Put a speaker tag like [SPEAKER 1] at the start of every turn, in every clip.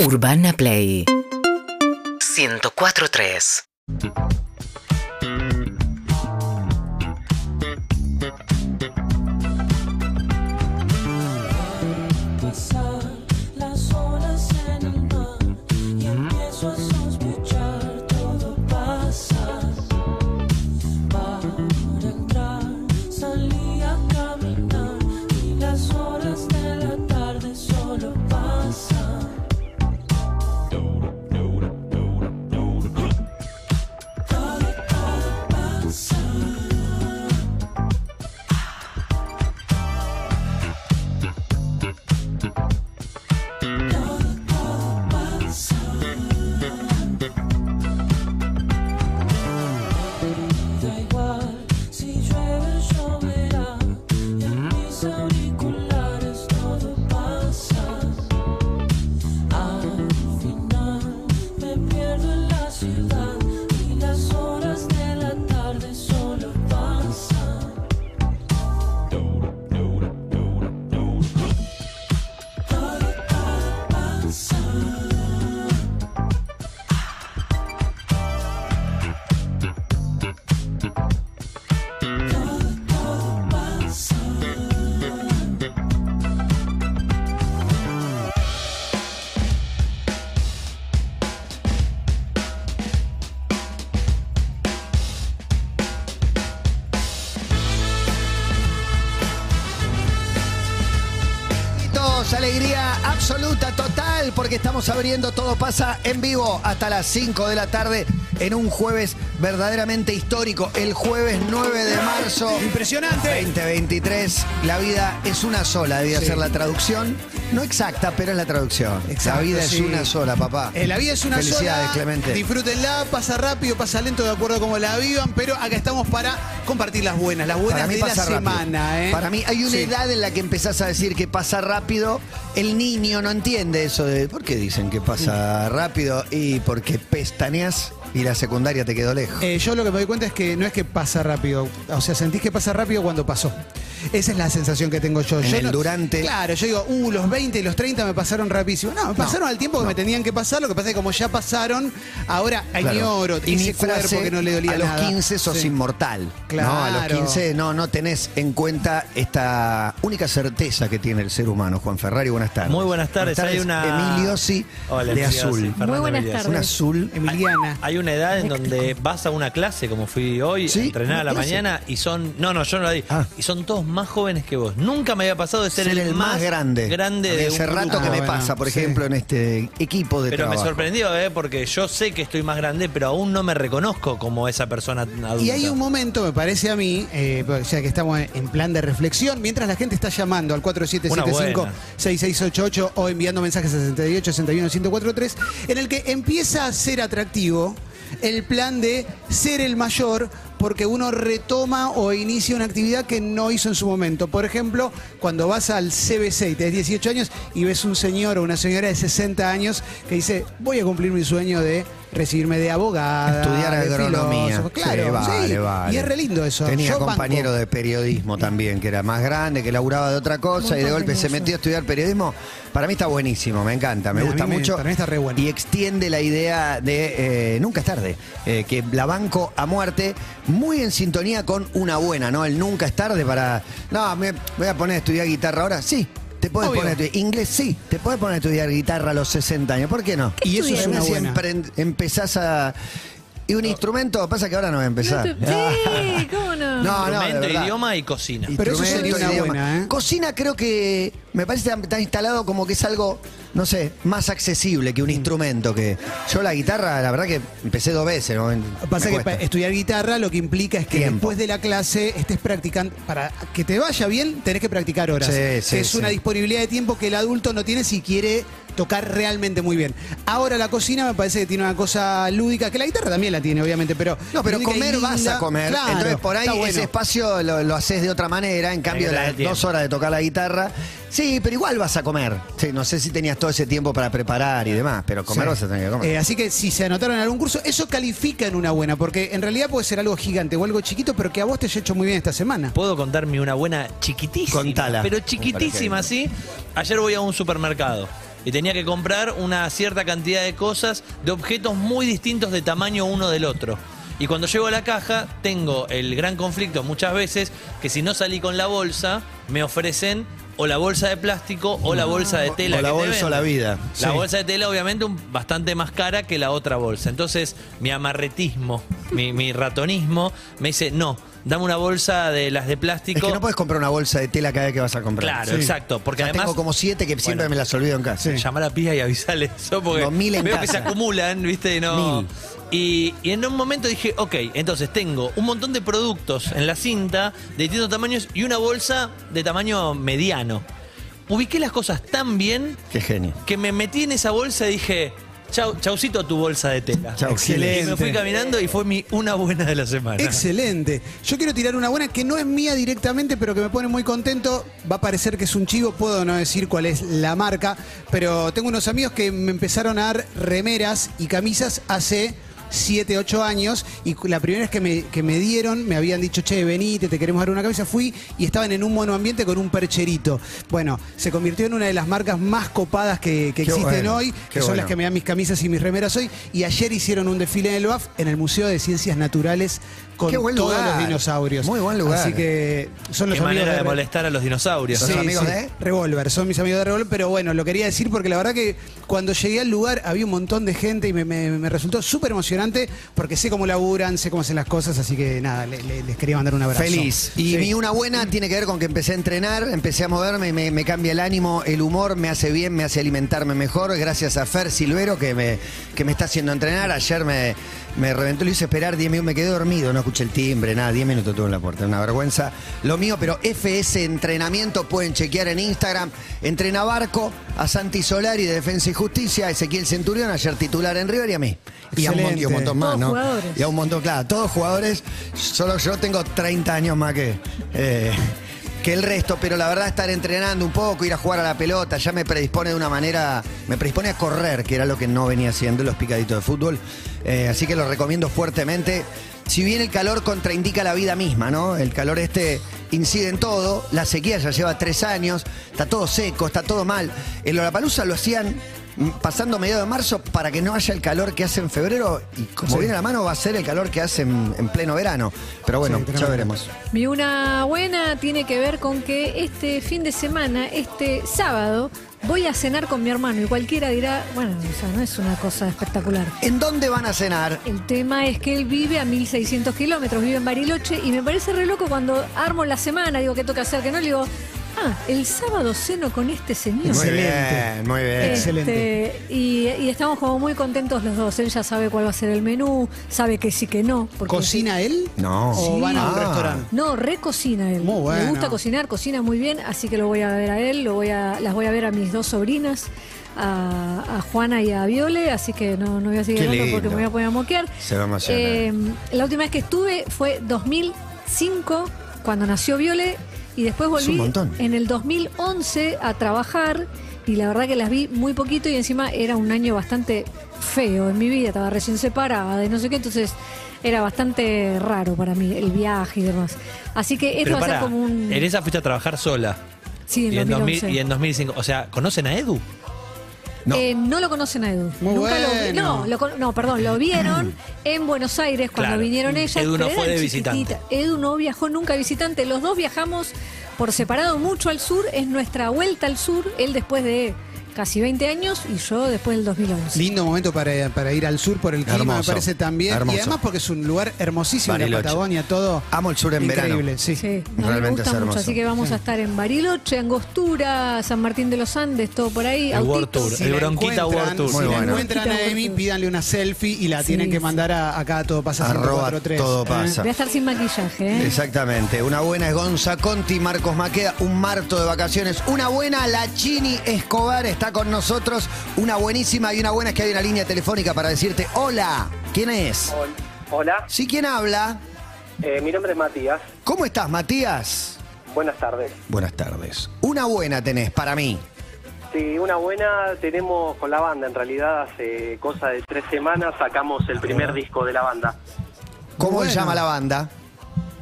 [SPEAKER 1] Urbana Play 104.3
[SPEAKER 2] pasar las olas en el mar y empiezo a sospechar todo pasa para entrar salí a caminar y las horas de la tarde solo pasan todo todo pasa Da igual si llueve lloverá, en mis auriculares todo pasa. Al final me pierdo en la ciudad y las horas de la tarde solo pasan. Todo, todo pasa.
[SPEAKER 3] Dos, alegría absoluta, total, porque estamos abriendo Todo pasa en vivo hasta las 5 de la tarde en un jueves verdaderamente histórico, el jueves 9 de marzo.
[SPEAKER 4] Impresionante.
[SPEAKER 3] 2023, la vida es una sola, debía ser la traducción. No exacta, pero es la traducción. la
[SPEAKER 4] Exacto,
[SPEAKER 3] vida es
[SPEAKER 4] sí.
[SPEAKER 3] una sola, papá.
[SPEAKER 4] Eh, la vida es una
[SPEAKER 3] Felicidades,
[SPEAKER 4] sola.
[SPEAKER 3] Clemente.
[SPEAKER 4] Disfrútenla, pasa rápido, pasa lento, de acuerdo a cómo la vivan, pero acá estamos para compartir las buenas, las buenas
[SPEAKER 3] Para mí
[SPEAKER 4] de
[SPEAKER 3] pasa
[SPEAKER 4] la
[SPEAKER 3] rápido.
[SPEAKER 4] semana. ¿eh?
[SPEAKER 3] Para mí hay una
[SPEAKER 4] Sí.
[SPEAKER 3] edad en la que empezás a decir que pasa rápido. El niño no entiende eso de ¿por qué dicen que pasa rápido? Y porque pestañas y la secundaria te quedó lejos.
[SPEAKER 4] Eh, yo lo que me doy cuenta es que no es que pasa rápido, o sea, sentís que pasa rápido cuando pasó. Esa es la sensación que tengo yo.
[SPEAKER 3] En
[SPEAKER 4] Yo
[SPEAKER 3] el
[SPEAKER 4] no-
[SPEAKER 3] durante.
[SPEAKER 4] Claro, yo digo, uh, los 20 y los 30 me pasaron rapidísimo. No, me pasaron al tiempo que me tenían que pasar, lo que pasa es que como ya pasaron, ahora
[SPEAKER 3] Claro.
[SPEAKER 4] añoro
[SPEAKER 3] Y mi
[SPEAKER 4] ese cuerpo
[SPEAKER 3] frase,
[SPEAKER 4] que no le dolía
[SPEAKER 3] A los
[SPEAKER 4] nada.
[SPEAKER 3] 15 sos
[SPEAKER 4] Sí.
[SPEAKER 3] inmortal. No, a los
[SPEAKER 4] Claro.
[SPEAKER 3] 15 no, no tenés en cuenta esta única certeza que tiene el ser humano. Juan Ferrari, buenas tardes.
[SPEAKER 5] Muy buenas tardes. Hay una.
[SPEAKER 3] Emiliosi
[SPEAKER 5] Hola,
[SPEAKER 3] de
[SPEAKER 5] Emiliosi,
[SPEAKER 3] azul.
[SPEAKER 5] Fernando
[SPEAKER 6] Muy buenas
[SPEAKER 5] Emiliosi.
[SPEAKER 3] Un
[SPEAKER 6] tardes.
[SPEAKER 3] azul.
[SPEAKER 4] Emiliana.
[SPEAKER 5] Hay una edad en donde vas a una clase, como fui hoy,
[SPEAKER 3] Sí,
[SPEAKER 5] a entrenar a la
[SPEAKER 3] ¿una clase?
[SPEAKER 5] mañana, y son. No, no, yo no la di.
[SPEAKER 3] Ah.
[SPEAKER 5] Y son todos más jóvenes que vos. Nunca me había pasado de ser,
[SPEAKER 3] Ser el más grande.
[SPEAKER 5] grande de
[SPEAKER 3] Hace
[SPEAKER 5] un
[SPEAKER 3] rato
[SPEAKER 5] grupo. Ah,
[SPEAKER 3] que me
[SPEAKER 4] bueno,
[SPEAKER 3] pasa, por
[SPEAKER 4] sí.
[SPEAKER 3] ejemplo, en este equipo de
[SPEAKER 5] Pero me
[SPEAKER 3] trabajo.
[SPEAKER 5] sorprendió, ¿eh? porque yo sé que estoy más grande, pero aún no me reconozco como esa persona adulta.
[SPEAKER 4] Y hay un momento, me parece a mí, eh, ya que estamos en plan de reflexión, mientras la gente está llamando al
[SPEAKER 5] Una
[SPEAKER 4] 4775-6688 o enviando mensajes a 68-61-1043, en el que empieza a ser atractivo el plan de ser el mayor porque uno retoma o inicia una actividad que no hizo en su momento. Por ejemplo, cuando vas al CBC y tenés 18 años y ves un señor o una señora de 60 años que dice, voy a cumplir mi sueño de recibirme de abogada,
[SPEAKER 3] Estudiar
[SPEAKER 4] de
[SPEAKER 3] agronomía.
[SPEAKER 4] filósofo". Claro,
[SPEAKER 3] Sí,
[SPEAKER 4] sí,
[SPEAKER 3] vale, vale.
[SPEAKER 4] Y es re lindo eso.
[SPEAKER 3] Tenía
[SPEAKER 4] Yo banco.
[SPEAKER 3] compañero de periodismo también, que era más grande, que laburaba de otra cosa y de
[SPEAKER 6] Montón
[SPEAKER 3] golpe
[SPEAKER 6] tenía
[SPEAKER 3] se
[SPEAKER 6] yo.
[SPEAKER 3] metió a estudiar periodismo. Para mí está buenísimo, me encanta, me
[SPEAKER 4] Mira, a
[SPEAKER 3] gusta
[SPEAKER 4] mí me-
[SPEAKER 3] mucho.
[SPEAKER 4] para mí está re bueno.
[SPEAKER 3] Y extiende la idea de eh, nunca es tarde, eh, que la banco a muerte, muy en sintonía con una buena, ¿no? El nunca es tarde para. No, me voy a poner a estudiar guitarra ahora. Sí. Te puedes
[SPEAKER 4] Obvio.
[SPEAKER 3] poner a estudiar inglés, sí. Te puedes poner a estudiar guitarra a los 60 años. ¿Por qué no?
[SPEAKER 4] Y eso es
[SPEAKER 3] Además,
[SPEAKER 4] una
[SPEAKER 3] si
[SPEAKER 4] buena.
[SPEAKER 3] empre- empezás a. Y un instrumento, pasa que ahora no va a empezar. Ah,
[SPEAKER 6] Sí, ¿cómo no?
[SPEAKER 3] No, no, de
[SPEAKER 5] Momento,
[SPEAKER 3] verdad.
[SPEAKER 5] idioma y cocina.
[SPEAKER 4] Pero eso
[SPEAKER 3] Instrumento,
[SPEAKER 4] sería una
[SPEAKER 3] idioma.
[SPEAKER 4] buena, ¿eh?
[SPEAKER 3] Cocina creo que me parece tan, tan instalado como que es algo, no sé, más accesible que
[SPEAKER 4] Mm.
[SPEAKER 3] un instrumento. que Yo la guitarra, la verdad que empecé dos veces. ¿no?
[SPEAKER 4] Pasa que
[SPEAKER 3] Me cuesta.
[SPEAKER 4] pa- estudiar guitarra lo que implica es que
[SPEAKER 3] Tiempo.
[SPEAKER 4] después de la clase estés practicando. Para que te vaya bien, tenés que practicar horas.
[SPEAKER 3] Sí,
[SPEAKER 4] Que
[SPEAKER 3] sí,
[SPEAKER 4] es una
[SPEAKER 3] sí.
[SPEAKER 4] disponibilidad de tiempo que el adulto no tiene si quiere tocar realmente muy bien. Ahora la cocina me parece que tiene una cosa lúdica, que la guitarra también la tiene, obviamente, pero.
[SPEAKER 3] No, pero
[SPEAKER 4] lúdica y
[SPEAKER 3] comer
[SPEAKER 4] linda.
[SPEAKER 3] vas a comer.
[SPEAKER 4] Claro,
[SPEAKER 3] Entonces por ahí
[SPEAKER 4] está bueno.
[SPEAKER 3] ese espacio lo, lo haces de otra manera. En cambio,
[SPEAKER 5] que
[SPEAKER 3] las
[SPEAKER 5] tener tiempo.
[SPEAKER 3] dos horas de tocar la guitarra. Sí, pero igual vas a comer. Sí, no sé si tenías todo ese tiempo para preparar y demás, pero comer
[SPEAKER 4] Sí.
[SPEAKER 3] vas a tener que comer.
[SPEAKER 4] Eh, así que si se anotaron en algún curso, eso califica en una buena, porque en realidad puede ser algo gigante o algo chiquito, pero que a vos te haya hecho muy bien esta semana.
[SPEAKER 5] Puedo contarme una buena chiquitísima.
[SPEAKER 3] Contala.
[SPEAKER 5] Pero chiquitísima, sí. Ayer voy a un supermercado. y tenía que comprar una cierta cantidad de cosas, de objetos muy distintos de tamaño uno del otro. Y cuando llego a la caja, tengo el gran conflicto muchas veces que si no salí con la bolsa, me ofrecen o la bolsa de plástico o la bolsa de
[SPEAKER 1] Ah,
[SPEAKER 5] tela.
[SPEAKER 1] O la
[SPEAKER 5] que te
[SPEAKER 1] bolsa o la
[SPEAKER 5] venden.
[SPEAKER 1] vida.
[SPEAKER 5] La
[SPEAKER 1] Sí.
[SPEAKER 5] bolsa de tela, obviamente, un- bastante más cara que la otra bolsa. Entonces, mi amarretismo, mi, mi ratonismo, me dice, no, dame una bolsa de las de plástico.
[SPEAKER 3] Es que no puedes comprar una bolsa de tela cada vez que vas a comprar.
[SPEAKER 5] Claro, exacto, porque
[SPEAKER 3] Ya
[SPEAKER 5] además-
[SPEAKER 3] tengo como siete que siempre
[SPEAKER 5] Bueno.
[SPEAKER 3] me las olvido en casa.
[SPEAKER 5] Llamá a la pija y avisale eso porque
[SPEAKER 3] No, mil en
[SPEAKER 5] veo que
[SPEAKER 3] casa.
[SPEAKER 5] se acumulan, ¿viste? No.
[SPEAKER 3] Mil.
[SPEAKER 5] Y, y en un momento dije, ok, entonces tengo un montón de productos en la cinta de distintos tamaños y una bolsa de tamaño mediano. Ubiqué las cosas tan bien
[SPEAKER 1] Qué genio.
[SPEAKER 5] que me metí en esa bolsa y dije, chau, chaucito a tu bolsa de tela.
[SPEAKER 1] Chau,
[SPEAKER 5] Y me fui caminando y fue mi una buena de la semana.
[SPEAKER 4] Excelente. Yo quiero tirar una buena que no es mía directamente, pero que me pone muy contento. Va a parecer que es un chivo, puedo no decir cuál es la marca, pero tengo unos amigos que me empezaron a dar remeras y camisas hace 7, 8 años. Y cu- la primera vez que me, que me dieron, me habían dicho, che, venite, te queremos dar una camisa. Fui y estaban en un monoambiente con un percherito. Bueno, se convirtió en una de las marcas más copadas que, que
[SPEAKER 3] Qué
[SPEAKER 4] existen
[SPEAKER 3] bueno,
[SPEAKER 4] hoy, que
[SPEAKER 3] qué
[SPEAKER 4] son las
[SPEAKER 3] bueno.
[SPEAKER 4] que me dan mis camisas y mis remeras hoy. Y ayer hicieron un desfile en el BAF, en el Museo de Ciencias Naturales, con
[SPEAKER 3] Qué buen
[SPEAKER 4] todos
[SPEAKER 3] lugar.
[SPEAKER 4] los dinosaurios.
[SPEAKER 3] Muy buen lugar.
[SPEAKER 4] Así que son los
[SPEAKER 5] Qué
[SPEAKER 4] amigos
[SPEAKER 5] manera
[SPEAKER 4] de
[SPEAKER 5] de molestar a los dinosaurios.
[SPEAKER 3] ¿Son
[SPEAKER 4] Sí,
[SPEAKER 3] amigos
[SPEAKER 4] sí.
[SPEAKER 3] de?
[SPEAKER 4] Revolver, son mis amigos de Revolver, pero bueno, lo quería decir porque la verdad que cuando llegué al lugar había un montón de gente y me, me- me resultó súper emocionante porque sé cómo laburan, sé cómo hacen las cosas, así que nada, le- le- les quería mandar un abrazo.
[SPEAKER 3] Feliz. Y
[SPEAKER 4] Sí.
[SPEAKER 3] mi una buena tiene que ver con que empecé a entrenar, empecé a moverme, me, me cambia el ánimo, el humor, me hace bien, me hace alimentarme mejor. Gracias a Fer Silvero que me, que me está haciendo entrenar. Ayer me, me reventó, lo hice esperar 10 minutos, me quedé dormido, no escuché el timbre, nada, 10 minutos tuve en la puerta, una vergüenza. Lo mío, pero FS Entrenamiento pueden chequear en Instagram. Entrena Barco, a Santi Solari de Defensa y Justicia, a Ezequiel Centurión, ayer titular en River y a mí. Y a un, mon- y a un montón más,
[SPEAKER 6] Todos
[SPEAKER 3] ¿no?
[SPEAKER 6] jugadores.
[SPEAKER 3] Y a un montón, claro, todos jugadores, solo yo tengo 30 años más que, eh, que el resto, pero la verdad estar entrenando un poco, ir a jugar a la pelota, ya me predispone de una manera, me predispone a correr, que era lo que no venía haciendo los picaditos de fútbol, Eh, así que lo recomiendo fuertemente. Si bien el calor contraindica la vida misma, ¿no? El calor este incide en todo, la sequía ya lleva tres años, está todo seco, está todo mal. El Olapalooza lo hacían mm, pasando mediados de marzo para que no haya el calor que hace en febrero y como viene la mano va a ser el calor que hace en, en pleno verano. Pero bueno,
[SPEAKER 4] Sí,
[SPEAKER 3] ya
[SPEAKER 4] tremendo.
[SPEAKER 3] veremos.
[SPEAKER 6] Mi una buena tiene que ver con que este fin de semana, este sábado, voy a cenar con mi hermano y cualquiera dirá, bueno, o sea, no es una cosa espectacular.
[SPEAKER 3] ¿En dónde van a cenar?
[SPEAKER 6] El tema es que él vive a 1600 kilómetros, vive en Bariloche y me parece re loco cuando armo la semana, digo que toca hacer, que no, le digo, ah, el sábado ceno con este señor.
[SPEAKER 4] Muy Excelente.
[SPEAKER 3] bien, muy bien.
[SPEAKER 4] Excelente.
[SPEAKER 6] Este, y, y estamos como muy contentos los dos. Él ya sabe cuál va a ser el menú, sabe que sí, que no. porque-
[SPEAKER 4] ¿Cocina él?
[SPEAKER 3] No.
[SPEAKER 4] ¿O Oh, van a un
[SPEAKER 3] Ah.
[SPEAKER 4] restaurante?
[SPEAKER 6] No, recocina él.
[SPEAKER 4] Muy bueno.
[SPEAKER 6] Me gusta cocinar, cocina muy bien, así que lo voy a ver a él, lo voy a, las voy a ver a mis dos sobrinas, a, a Juana y a Viole, así que no, no voy a seguir
[SPEAKER 1] Qué
[SPEAKER 6] hablando porque
[SPEAKER 1] lindo.
[SPEAKER 6] me voy a poner a moquear.
[SPEAKER 1] Se va a emocionar.
[SPEAKER 6] Eh, la última vez que estuve fue 2005, cuando nació Viole, y después
[SPEAKER 3] Es
[SPEAKER 6] volví
[SPEAKER 3] un montón.
[SPEAKER 6] en el 2011 a trabajar. Y la verdad que las vi muy poquito y encima era un año bastante feo en mi vida, estaba recién separada de no sé qué, entonces era bastante raro para mí el viaje y demás. Así que esto
[SPEAKER 5] Pero
[SPEAKER 6] va a
[SPEAKER 5] pará,
[SPEAKER 6] ser como un...
[SPEAKER 5] en esa fuiste a trabajar sola.
[SPEAKER 6] Sí, en
[SPEAKER 5] y, en
[SPEAKER 6] 2011.
[SPEAKER 5] 2000 y en 2005. O sea, ¿conocen a Edu?
[SPEAKER 1] No.
[SPEAKER 6] Eh, no lo conocen a Edu.
[SPEAKER 4] Muy
[SPEAKER 6] Nunca lo vi-
[SPEAKER 4] bueno.
[SPEAKER 6] no, lo con- no, perdón, lo vieron en Buenos Aires cuando
[SPEAKER 5] Claro.
[SPEAKER 6] vinieron ellas.
[SPEAKER 5] Edu no
[SPEAKER 6] pero
[SPEAKER 5] fue
[SPEAKER 6] eran
[SPEAKER 5] de visitante.
[SPEAKER 6] chiquititas. Edu no viajó nunca de visitante. Los dos viajamos por separado mucho al sur. Es nuestra vuelta al sur. Él después de casi 20 años y yo después del 2011.
[SPEAKER 4] Lindo momento para, para ir al sur por el clima, me
[SPEAKER 1] Hermoso.
[SPEAKER 4] parece también.
[SPEAKER 1] Hermoso.
[SPEAKER 4] Y además porque es un lugar hermosísimo, la
[SPEAKER 1] Bariloche.
[SPEAKER 4] Patagonia, todo.
[SPEAKER 3] Amo el sur en
[SPEAKER 4] increíble,
[SPEAKER 3] verano.
[SPEAKER 4] sí.
[SPEAKER 6] Sí, a mí me
[SPEAKER 1] Realmente
[SPEAKER 6] gusta
[SPEAKER 1] es
[SPEAKER 6] mucho.
[SPEAKER 1] hermoso.
[SPEAKER 6] Así que vamos a estar en Bariloche, Angostura, San Martín de los Andes, todo por ahí.
[SPEAKER 5] El World
[SPEAKER 6] autitos.
[SPEAKER 5] Tour. El
[SPEAKER 4] la
[SPEAKER 5] Bronquita
[SPEAKER 4] encuentran,
[SPEAKER 5] World Tour.
[SPEAKER 4] Si
[SPEAKER 1] Muy
[SPEAKER 4] la
[SPEAKER 1] bueno.
[SPEAKER 4] encuentran a
[SPEAKER 6] Bronquita World
[SPEAKER 4] Emi,
[SPEAKER 6] Tour.
[SPEAKER 4] pídanle una selfie y la
[SPEAKER 6] Sí,
[SPEAKER 4] tienen que
[SPEAKER 6] sí.
[SPEAKER 4] mandar a, acá todo pasa
[SPEAKER 1] Arroba
[SPEAKER 4] 143.
[SPEAKER 1] Todo Pasa.
[SPEAKER 6] Voy a estar sin maquillaje. ¿eh?
[SPEAKER 3] Exactamente. Una buena es Gonza Conti, Marcos Maqueda, un marto de vacaciones. Una buena, la Chini Escobar está con nosotros. Una buenísima y una buena es que hay una línea telefónica para decirte, hola, ¿quién es?
[SPEAKER 7] Hol- Hola,
[SPEAKER 3] Sí, ¿quién habla?
[SPEAKER 7] eh, mi nombre es Matías.
[SPEAKER 3] ¿Cómo estás, Matías?
[SPEAKER 7] Buenas tardes.
[SPEAKER 1] Buenas tardes.
[SPEAKER 3] Una buena tenés para mí.
[SPEAKER 7] Sí, una buena tenemos con la banda. En realidad, hace cosa de tres semanas sacamos el primer disco de la banda.
[SPEAKER 3] ¿Cómo
[SPEAKER 4] Bueno.
[SPEAKER 3] se llama la banda?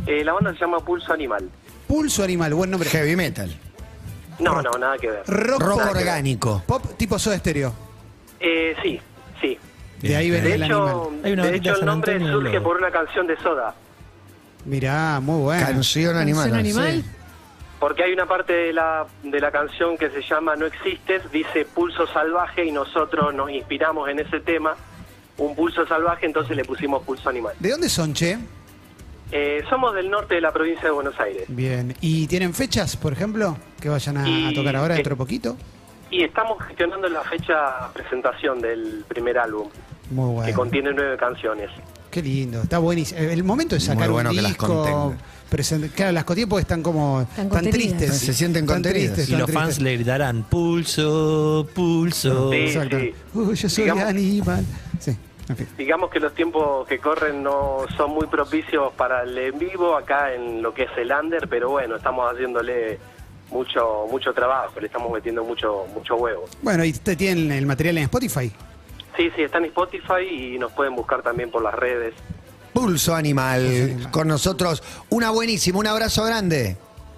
[SPEAKER 7] Eh, la banda se llama Pulso Animal.
[SPEAKER 4] Pulso Animal, buen nombre.
[SPEAKER 3] Heavy Metal.
[SPEAKER 8] No, no, nada que ver.
[SPEAKER 4] Rock,
[SPEAKER 3] Rock
[SPEAKER 4] pop.
[SPEAKER 3] orgánico.
[SPEAKER 4] Pop tipo Soda Estéreo.
[SPEAKER 8] Eh, sí, sí.
[SPEAKER 4] De ahí
[SPEAKER 8] De
[SPEAKER 4] venía el
[SPEAKER 8] hecho,
[SPEAKER 4] animal.
[SPEAKER 5] Hay una bandita
[SPEAKER 8] de hecho,
[SPEAKER 5] de San
[SPEAKER 8] el nombre
[SPEAKER 5] Antonio del
[SPEAKER 8] surge
[SPEAKER 5] Lobo.
[SPEAKER 8] por una canción de Soda.
[SPEAKER 4] Mirá, muy bueno.
[SPEAKER 3] Canción animal.
[SPEAKER 6] ¿Canción animal?
[SPEAKER 8] Porque hay una parte de la, de la canción que se llama No existes, dice pulso salvaje y nosotros nos inspiramos en ese tema, un pulso salvaje, entonces le pusimos pulso animal.
[SPEAKER 4] ¿De dónde son, che?
[SPEAKER 8] Eh, somos del norte de la provincia de Buenos Aires
[SPEAKER 4] Bien. ¿Y tienen fechas, por ejemplo, que vayan a, a tocar ahora
[SPEAKER 8] Y-
[SPEAKER 4] dentro de poquito?
[SPEAKER 8] y estamos gestionando la fecha de presentación del primer álbum,
[SPEAKER 4] Muy
[SPEAKER 8] que
[SPEAKER 4] bueno.
[SPEAKER 8] contiene nueve canciones.
[SPEAKER 4] Qué lindo, está buenísimo. El momento de sacar
[SPEAKER 3] Muy bueno
[SPEAKER 4] un
[SPEAKER 3] que las
[SPEAKER 4] disco.
[SPEAKER 3] contenga.
[SPEAKER 4] present- claro, las cotiempos están como
[SPEAKER 6] Están
[SPEAKER 4] tan
[SPEAKER 6] contenidas.
[SPEAKER 4] tristes.
[SPEAKER 3] Se sienten
[SPEAKER 4] Tan
[SPEAKER 3] contenidas.
[SPEAKER 4] tristes,
[SPEAKER 5] Y
[SPEAKER 4] tan
[SPEAKER 5] los fans
[SPEAKER 4] tristes.
[SPEAKER 5] le gritarán, pulso, pulso.
[SPEAKER 8] Sí,
[SPEAKER 4] Exacto.
[SPEAKER 8] sí.
[SPEAKER 4] Uy, yo soy
[SPEAKER 8] Digamos-
[SPEAKER 4] animal. Sí, en fin.
[SPEAKER 8] Digamos que los tiempos que corren no son muy propicios para el en vivo acá en lo que es el under, pero bueno, estamos haciéndole mucho mucho trabajo, le estamos metiendo mucho mucho huevo.
[SPEAKER 4] Bueno, y te tienen el material en Spotify.
[SPEAKER 8] Sí, sí, está en Spotify y nos pueden buscar también por las redes.
[SPEAKER 3] Pulso animal. Con nosotros. Una buenísima. Un abrazo grande.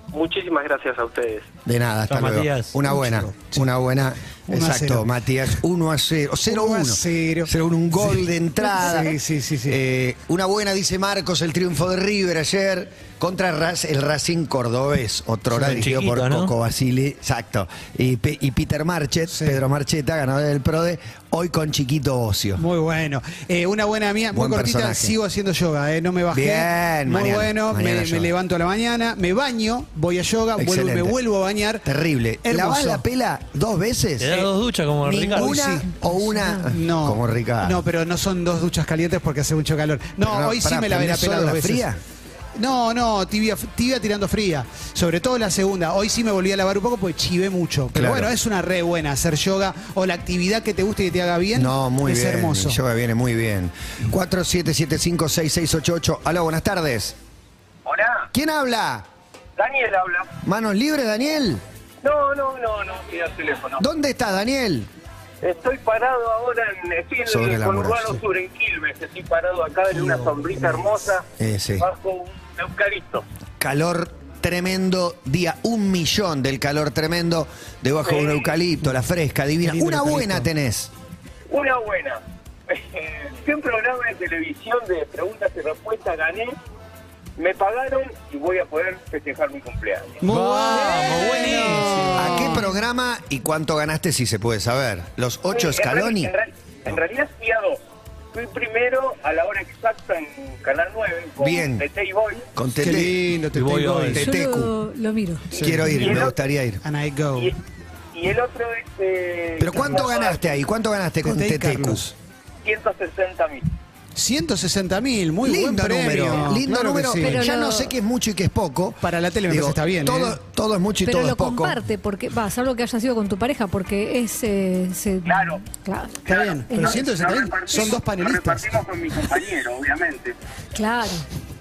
[SPEAKER 8] Muchísimas gracias a ustedes.
[SPEAKER 3] De nada, hasta
[SPEAKER 5] Chao,
[SPEAKER 3] luego.
[SPEAKER 5] Matías.
[SPEAKER 3] Una buena, una buena.
[SPEAKER 4] Uno a
[SPEAKER 3] Exacto,
[SPEAKER 4] cero.
[SPEAKER 3] Matías. 1 a 0. 0
[SPEAKER 4] Uno a
[SPEAKER 3] 1.
[SPEAKER 4] cero.
[SPEAKER 3] 0 Un gol
[SPEAKER 4] Sí.
[SPEAKER 3] de entrada.
[SPEAKER 4] Sí, sí, sí, sí.
[SPEAKER 3] Eh, una buena, dice Marcos, el triunfo de River ayer contra Raz- el Racing Cordobés. Otro hora
[SPEAKER 5] Sí,
[SPEAKER 3] dirigido
[SPEAKER 5] chiquito,
[SPEAKER 3] por
[SPEAKER 5] ¿no?
[SPEAKER 3] Coco Basile. Exacto. Y, Pe- y Peter Marchet, Pedro Marcheta, ganador del PRODE. Hoy con Chiquito Ocio.
[SPEAKER 4] Muy bueno. Eh, una buena mía,
[SPEAKER 3] Buen
[SPEAKER 4] muy cortita,
[SPEAKER 3] personaje.
[SPEAKER 4] sigo haciendo yoga, eh, no me bajé.
[SPEAKER 3] Bien,
[SPEAKER 4] muy
[SPEAKER 3] mañana,
[SPEAKER 4] bueno,
[SPEAKER 3] mañana
[SPEAKER 4] me,
[SPEAKER 3] yoga.
[SPEAKER 4] me levanto a la mañana, me baño, voy a yoga, vuelvo, y me
[SPEAKER 3] Excelente.
[SPEAKER 4] vuelvo a bañar.
[SPEAKER 3] Terrible.
[SPEAKER 4] Hermoso.
[SPEAKER 3] ¿Lavás la pela dos veces?
[SPEAKER 5] Te das dos duchas como Ricardo.
[SPEAKER 3] ¿Ninguna
[SPEAKER 4] Sí.
[SPEAKER 3] o una?
[SPEAKER 4] No.
[SPEAKER 3] Como Ricardo.
[SPEAKER 4] No, pero no son dos duchas calientes porque hace mucho calor. No,
[SPEAKER 3] Pero no,
[SPEAKER 4] hoy sí
[SPEAKER 3] pará,
[SPEAKER 4] me lavé la
[SPEAKER 3] ¿tenés
[SPEAKER 4] pela
[SPEAKER 3] solo
[SPEAKER 4] dos
[SPEAKER 3] la
[SPEAKER 4] veces.
[SPEAKER 3] fría?
[SPEAKER 4] No, no, tibia, tibia tirando fría. Sobre todo la segunda. Hoy sí me volví a lavar un poco porque chivé mucho. Pero
[SPEAKER 3] Claro.
[SPEAKER 4] bueno, es una re buena hacer yoga o la actividad que te guste y que te haga bien.
[SPEAKER 3] No, muy
[SPEAKER 4] es
[SPEAKER 3] bien.
[SPEAKER 4] hermoso.
[SPEAKER 3] El yoga viene muy bien. 47756688. Aló, buenas tardes.
[SPEAKER 8] Hola,
[SPEAKER 3] ¿Quién habla?
[SPEAKER 8] Daniel habla.
[SPEAKER 3] ¿Manos libres, Daniel?
[SPEAKER 8] No, no, no, no, mira el teléfono.
[SPEAKER 3] ¿Dónde estás, Daniel?
[SPEAKER 8] Estoy parado ahora en, estoy en
[SPEAKER 3] Sobre
[SPEAKER 8] el
[SPEAKER 3] la
[SPEAKER 8] conurbano
[SPEAKER 3] muralla.
[SPEAKER 8] sur, en Quilmes. Estoy parado acá en una sombrita hermosa,
[SPEAKER 3] Eh, sí.
[SPEAKER 8] bajo un eucalipto.
[SPEAKER 3] Calor tremendo, día un millón del calor tremendo, debajo de un
[SPEAKER 8] Sí.
[SPEAKER 3] eucalipto, la fresca, divina.
[SPEAKER 4] Qué lindo
[SPEAKER 3] Una
[SPEAKER 4] eucalipto.
[SPEAKER 3] buena tenés.
[SPEAKER 8] Una buena. Fui a un programa de televisión de preguntas y respuestas, gané, me pagaron y voy a poder festejar mi cumpleaños.
[SPEAKER 4] Muy
[SPEAKER 5] Vamos,
[SPEAKER 4] bueno.
[SPEAKER 5] buenísimo.
[SPEAKER 3] ¿A qué programa y cuánto ganaste, si se puede saber? ¿Los ocho
[SPEAKER 8] Ah. Sí, en
[SPEAKER 3] escaloni?
[SPEAKER 8] reali- En, real- en realidad fui a dos. Fui primero a la hora exacta en Canal 9 con
[SPEAKER 3] Bien.
[SPEAKER 8] The Tay Boy.
[SPEAKER 3] Con
[SPEAKER 4] Qué
[SPEAKER 3] Tete.
[SPEAKER 4] lindo, te
[SPEAKER 5] Y voy
[SPEAKER 4] tengo
[SPEAKER 5] hoy.
[SPEAKER 4] hoy.
[SPEAKER 3] Te-
[SPEAKER 6] Yo lo, lo miro.
[SPEAKER 3] Quiero
[SPEAKER 8] Y
[SPEAKER 3] ir,
[SPEAKER 8] el
[SPEAKER 3] me
[SPEAKER 8] otro-
[SPEAKER 3] gustaría ir.
[SPEAKER 4] And I go.
[SPEAKER 8] Y, y el otro es... eh,
[SPEAKER 3] ¿Pero cuánto
[SPEAKER 8] Carlos
[SPEAKER 3] ganaste ahí? ¿Cuánto ganaste con
[SPEAKER 4] Tete y
[SPEAKER 3] Tetecus?
[SPEAKER 4] Carlos.
[SPEAKER 8] 160 mil.
[SPEAKER 4] 160 mil, muy buen
[SPEAKER 3] lindo
[SPEAKER 4] premio.
[SPEAKER 3] número, lindo
[SPEAKER 4] Claro que
[SPEAKER 3] número.
[SPEAKER 4] sí.
[SPEAKER 6] Pero
[SPEAKER 3] ya
[SPEAKER 6] lo-
[SPEAKER 3] no sé qué es mucho y qué es poco.
[SPEAKER 4] Para la tele me
[SPEAKER 3] Digo,
[SPEAKER 4] parece está bien,
[SPEAKER 3] Todo,
[SPEAKER 4] ¿eh?
[SPEAKER 3] todo es mucho y
[SPEAKER 6] Pero
[SPEAKER 3] todo es
[SPEAKER 6] lo
[SPEAKER 3] poco.
[SPEAKER 6] comparte, porque va, salvo que haya sido con tu pareja, porque es. eh, se-
[SPEAKER 8] Claro.
[SPEAKER 6] Claro.
[SPEAKER 4] Está bien, pero 170 mil son dos panelistas.
[SPEAKER 8] con mi compañero, obviamente.
[SPEAKER 6] claro.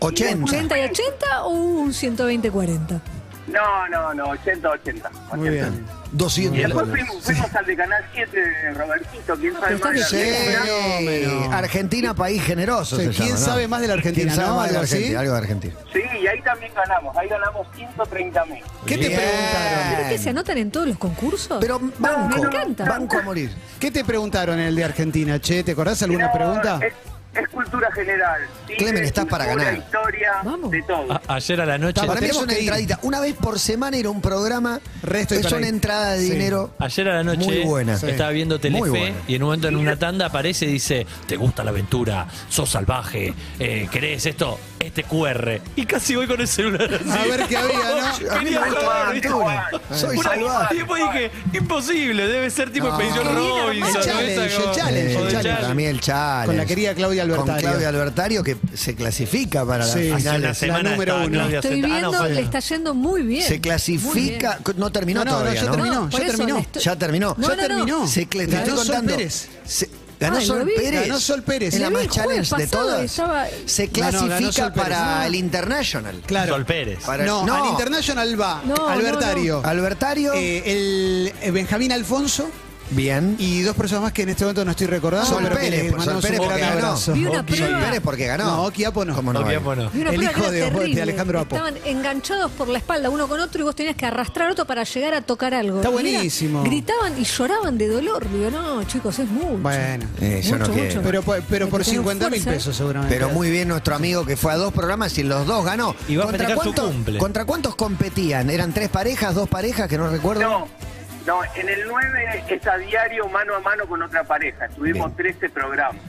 [SPEAKER 3] 80.
[SPEAKER 6] ¿80 y 80 o un 120-40?
[SPEAKER 8] No, no, no, 80-80.
[SPEAKER 4] Muy bien.
[SPEAKER 3] 200
[SPEAKER 8] Después
[SPEAKER 3] dólares.
[SPEAKER 8] fuimos, fuimos al de Canal 7 de Robertito, quién sabe
[SPEAKER 6] Pero
[SPEAKER 8] más. de la
[SPEAKER 6] está
[SPEAKER 3] Sí,
[SPEAKER 8] Argentina.
[SPEAKER 4] Fenómeno.
[SPEAKER 3] Argentina, país generoso.
[SPEAKER 4] Sí,
[SPEAKER 3] se
[SPEAKER 4] ¿quién
[SPEAKER 3] llama, ¿no?
[SPEAKER 4] sabe más de la Argentina,
[SPEAKER 3] ¿Quién sabe
[SPEAKER 4] no?
[SPEAKER 3] más de la
[SPEAKER 4] Algo así.
[SPEAKER 3] Argentina? Algo de Argentina.
[SPEAKER 8] Sí, y ahí también ganamos, ahí ganamos 130 mil.
[SPEAKER 4] ¿Qué te
[SPEAKER 3] Bien.
[SPEAKER 4] preguntaron?
[SPEAKER 6] ¿Pero qué se anotan en todos los concursos?
[SPEAKER 3] Pero banco,
[SPEAKER 6] Me encanta.
[SPEAKER 3] banco a morir.
[SPEAKER 4] ¿Qué te preguntaron en el de Argentina, che? ¿Te acordás alguna pregunta?
[SPEAKER 8] Es, es cultura general. Cine,
[SPEAKER 3] Clemen, estás para
[SPEAKER 8] cultura,
[SPEAKER 3] ganar.
[SPEAKER 8] historia,
[SPEAKER 6] Vamos.
[SPEAKER 8] de todo.
[SPEAKER 5] A- ayer a la noche,
[SPEAKER 3] Para mí es
[SPEAKER 4] tenemos
[SPEAKER 3] una
[SPEAKER 4] que ir.
[SPEAKER 3] entradita. Una vez por semana ir a un programa
[SPEAKER 4] Resto y
[SPEAKER 3] es
[SPEAKER 4] para
[SPEAKER 3] una
[SPEAKER 4] ahí.
[SPEAKER 3] entrada de
[SPEAKER 4] Sí.
[SPEAKER 3] dinero.
[SPEAKER 5] ayer a la noche
[SPEAKER 3] Muy buena.
[SPEAKER 5] estaba
[SPEAKER 4] Sí.
[SPEAKER 5] viendo
[SPEAKER 3] Muy
[SPEAKER 5] Telefe
[SPEAKER 3] buena.
[SPEAKER 5] y en un momento en una tanda aparece y dice, ¿te gusta la aventura? ¿Sos salvaje? Eh, ¿Querés esto? Este QR. Y casi voy con el celular.
[SPEAKER 4] A ver qué había, ¿no?
[SPEAKER 5] Yo
[SPEAKER 3] A mí me
[SPEAKER 5] quería
[SPEAKER 3] gusta
[SPEAKER 5] jugar,
[SPEAKER 3] la
[SPEAKER 5] ¿viste?
[SPEAKER 3] aventura. Soy
[SPEAKER 5] Una-
[SPEAKER 3] salvaje.
[SPEAKER 5] Y después dije, imposible, debe ser tipo
[SPEAKER 3] No.
[SPEAKER 8] Ah,
[SPEAKER 5] Expedición
[SPEAKER 3] Ah, Qué
[SPEAKER 6] bien
[SPEAKER 5] Robinson.
[SPEAKER 6] armado.
[SPEAKER 5] ¿no? Esa
[SPEAKER 4] Challenge,
[SPEAKER 5] como-
[SPEAKER 4] challenge,
[SPEAKER 5] o
[SPEAKER 3] Eh,
[SPEAKER 5] de
[SPEAKER 4] challenge.
[SPEAKER 5] challenge.
[SPEAKER 3] Para mí el challenge.
[SPEAKER 4] Con la querida Claudia Albertario.
[SPEAKER 3] Con Claudia Albertario que se clasifica para
[SPEAKER 4] Sí,
[SPEAKER 3] la
[SPEAKER 5] Hace
[SPEAKER 3] final.
[SPEAKER 5] una semana
[SPEAKER 4] número
[SPEAKER 5] estaba
[SPEAKER 4] uno.
[SPEAKER 5] Claudia
[SPEAKER 6] Estoy
[SPEAKER 5] Zeta- ah,
[SPEAKER 6] viendo,
[SPEAKER 5] no, fue-
[SPEAKER 6] le está yendo muy bien.
[SPEAKER 3] Se clasifica. No terminó
[SPEAKER 4] No, no, no,
[SPEAKER 3] todavía,
[SPEAKER 4] ya
[SPEAKER 3] ¿no?
[SPEAKER 4] terminó,
[SPEAKER 6] por
[SPEAKER 4] ya
[SPEAKER 6] eso,
[SPEAKER 4] terminó.
[SPEAKER 6] le estoy-
[SPEAKER 3] Ya terminó.
[SPEAKER 6] No, no,
[SPEAKER 4] Ya
[SPEAKER 6] no.
[SPEAKER 4] terminó.
[SPEAKER 3] Se cla- te
[SPEAKER 4] Ganó
[SPEAKER 3] estoy
[SPEAKER 4] Sol
[SPEAKER 3] contando.
[SPEAKER 4] Pérez.
[SPEAKER 3] Se- ganó
[SPEAKER 6] Ay, lo
[SPEAKER 3] Sol
[SPEAKER 6] vi.
[SPEAKER 3] Pérez.
[SPEAKER 4] Ganó Sol Pérez.
[SPEAKER 3] Es
[SPEAKER 6] Lo
[SPEAKER 3] la
[SPEAKER 6] vi
[SPEAKER 3] más
[SPEAKER 6] el
[SPEAKER 3] challenge de
[SPEAKER 6] jueves pasado,
[SPEAKER 3] todas.
[SPEAKER 6] estaba-
[SPEAKER 3] Se
[SPEAKER 4] No, no, ganó
[SPEAKER 3] clasifica
[SPEAKER 4] Sol Pérez.
[SPEAKER 3] para
[SPEAKER 4] Ah.
[SPEAKER 3] el International.
[SPEAKER 4] Claro.
[SPEAKER 5] Sol Pérez.
[SPEAKER 3] Para-
[SPEAKER 4] No,
[SPEAKER 3] No. ah,
[SPEAKER 4] al International va
[SPEAKER 6] No, no,
[SPEAKER 4] Albertario.
[SPEAKER 3] Albertario.
[SPEAKER 4] Eh, el eh, Benjamín Alfonso
[SPEAKER 3] Bien.
[SPEAKER 4] Y dos personas más que en este momento no estoy recordando.
[SPEAKER 3] Sol
[SPEAKER 4] pero que
[SPEAKER 3] Pérez,
[SPEAKER 4] les
[SPEAKER 3] Sol
[SPEAKER 4] mandamos
[SPEAKER 3] Pérez
[SPEAKER 4] un
[SPEAKER 3] porque
[SPEAKER 4] gran
[SPEAKER 3] ganó.
[SPEAKER 4] abrazo.
[SPEAKER 6] Vi una
[SPEAKER 3] Sol
[SPEAKER 6] prueba.
[SPEAKER 3] Pérez porque ganó.
[SPEAKER 4] No, Quiapo no.
[SPEAKER 3] ¿Cómo no?
[SPEAKER 5] No,
[SPEAKER 3] vale?
[SPEAKER 5] Quiapo no.
[SPEAKER 6] Y una
[SPEAKER 4] El
[SPEAKER 6] prueba que
[SPEAKER 4] hijo
[SPEAKER 6] era
[SPEAKER 4] de- de
[SPEAKER 6] terrible.
[SPEAKER 4] Alejandro Apo.
[SPEAKER 6] Estaban enganchados por la espalda uno con otro y vos tenías que arrastrar otro para llegar a tocar algo.
[SPEAKER 4] Está
[SPEAKER 6] Y era-
[SPEAKER 4] buenísimo.
[SPEAKER 6] gritaban y lloraban de dolor. Digo, no, chicos, es mucho.
[SPEAKER 4] Bueno.
[SPEAKER 3] Eh, yo no
[SPEAKER 6] Mucho,
[SPEAKER 3] quiero.
[SPEAKER 6] mucho.
[SPEAKER 4] Pero, po- pero
[SPEAKER 6] Hay
[SPEAKER 4] por
[SPEAKER 6] que tener
[SPEAKER 4] 50 mil
[SPEAKER 6] fuerza, ¿eh?
[SPEAKER 4] pesos seguramente.
[SPEAKER 3] Pero muy bien nuestro amigo que fue a dos programas y en los dos ganó.
[SPEAKER 5] Y va a festejar su cumple.
[SPEAKER 3] ¿Contra cuántos competían? ¿Eran tres parejas, dos parejas que no recuerdo?
[SPEAKER 8] No, no, en el 9 es a diario mano a mano con otra pareja. Tuvimos 13 programas.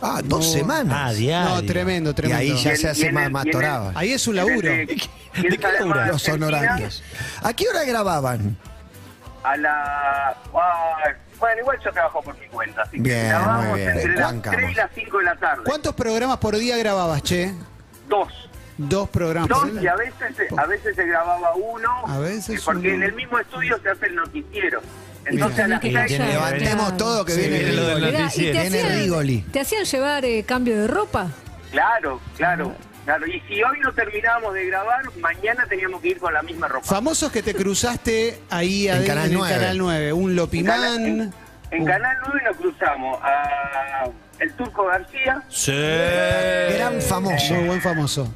[SPEAKER 3] Ah,
[SPEAKER 4] No.
[SPEAKER 3] dos
[SPEAKER 5] Ah,
[SPEAKER 3] semanas.
[SPEAKER 5] diario.
[SPEAKER 4] No, tremendo,
[SPEAKER 3] y
[SPEAKER 4] tremendo.
[SPEAKER 3] ahí ya
[SPEAKER 8] Y en-
[SPEAKER 3] se
[SPEAKER 8] y
[SPEAKER 3] hace
[SPEAKER 8] en
[SPEAKER 3] más,
[SPEAKER 8] el-
[SPEAKER 3] más
[SPEAKER 8] y en el-
[SPEAKER 3] toraba.
[SPEAKER 4] Ahí es un laburo.
[SPEAKER 8] En el
[SPEAKER 5] ¿De
[SPEAKER 8] de- y
[SPEAKER 5] qué
[SPEAKER 8] además
[SPEAKER 5] labura?
[SPEAKER 3] Los
[SPEAKER 8] Argentina,
[SPEAKER 3] honorarios. ¿A qué hora grababan?
[SPEAKER 8] A la... ah, bueno, igual yo trabajo por mi cuenta, así que
[SPEAKER 3] Bien,
[SPEAKER 8] grabamos
[SPEAKER 3] muy bien,
[SPEAKER 8] entre las
[SPEAKER 3] bancamos.
[SPEAKER 8] 3 y las 5 de la tarde.
[SPEAKER 4] ¿Cuántos programas por día grababas, che?
[SPEAKER 8] Dos.
[SPEAKER 4] Dos programas.
[SPEAKER 8] Dos,
[SPEAKER 4] por día.
[SPEAKER 8] y a veces, se- a veces se grababa uno,
[SPEAKER 4] A veces
[SPEAKER 8] eh, porque
[SPEAKER 4] uno.
[SPEAKER 8] en el mismo estudio se hace el noticiero. Entonces
[SPEAKER 6] Mira.
[SPEAKER 8] a las
[SPEAKER 6] Tiene
[SPEAKER 8] seis-
[SPEAKER 6] que
[SPEAKER 5] Tiene-
[SPEAKER 6] Claro.
[SPEAKER 3] Levantemos todo que
[SPEAKER 5] Sí,
[SPEAKER 3] viene
[SPEAKER 5] viene
[SPEAKER 3] el
[SPEAKER 5] lo del
[SPEAKER 3] Rigoli.
[SPEAKER 6] Mirá, y te
[SPEAKER 5] noticiero.
[SPEAKER 3] Viene Rigoli.
[SPEAKER 6] hacían, te hacían llevar eh, cambio de ropa.
[SPEAKER 8] Claro, claro, claro. Y si hoy no terminábamos de grabar, mañana teníamos que ir con la misma ropa.
[SPEAKER 4] Famosos que te cruzaste ahí
[SPEAKER 3] En
[SPEAKER 4] adentro
[SPEAKER 3] Canal
[SPEAKER 4] en el
[SPEAKER 3] 9.
[SPEAKER 4] Canal 9. Un
[SPEAKER 8] En Cana- en-
[SPEAKER 4] Lopimán.
[SPEAKER 8] En,
[SPEAKER 4] un-
[SPEAKER 8] Canal 9 nos cruzamos a el Turco García.
[SPEAKER 5] Sí.
[SPEAKER 3] Gran famoso.
[SPEAKER 4] Muy buen famoso.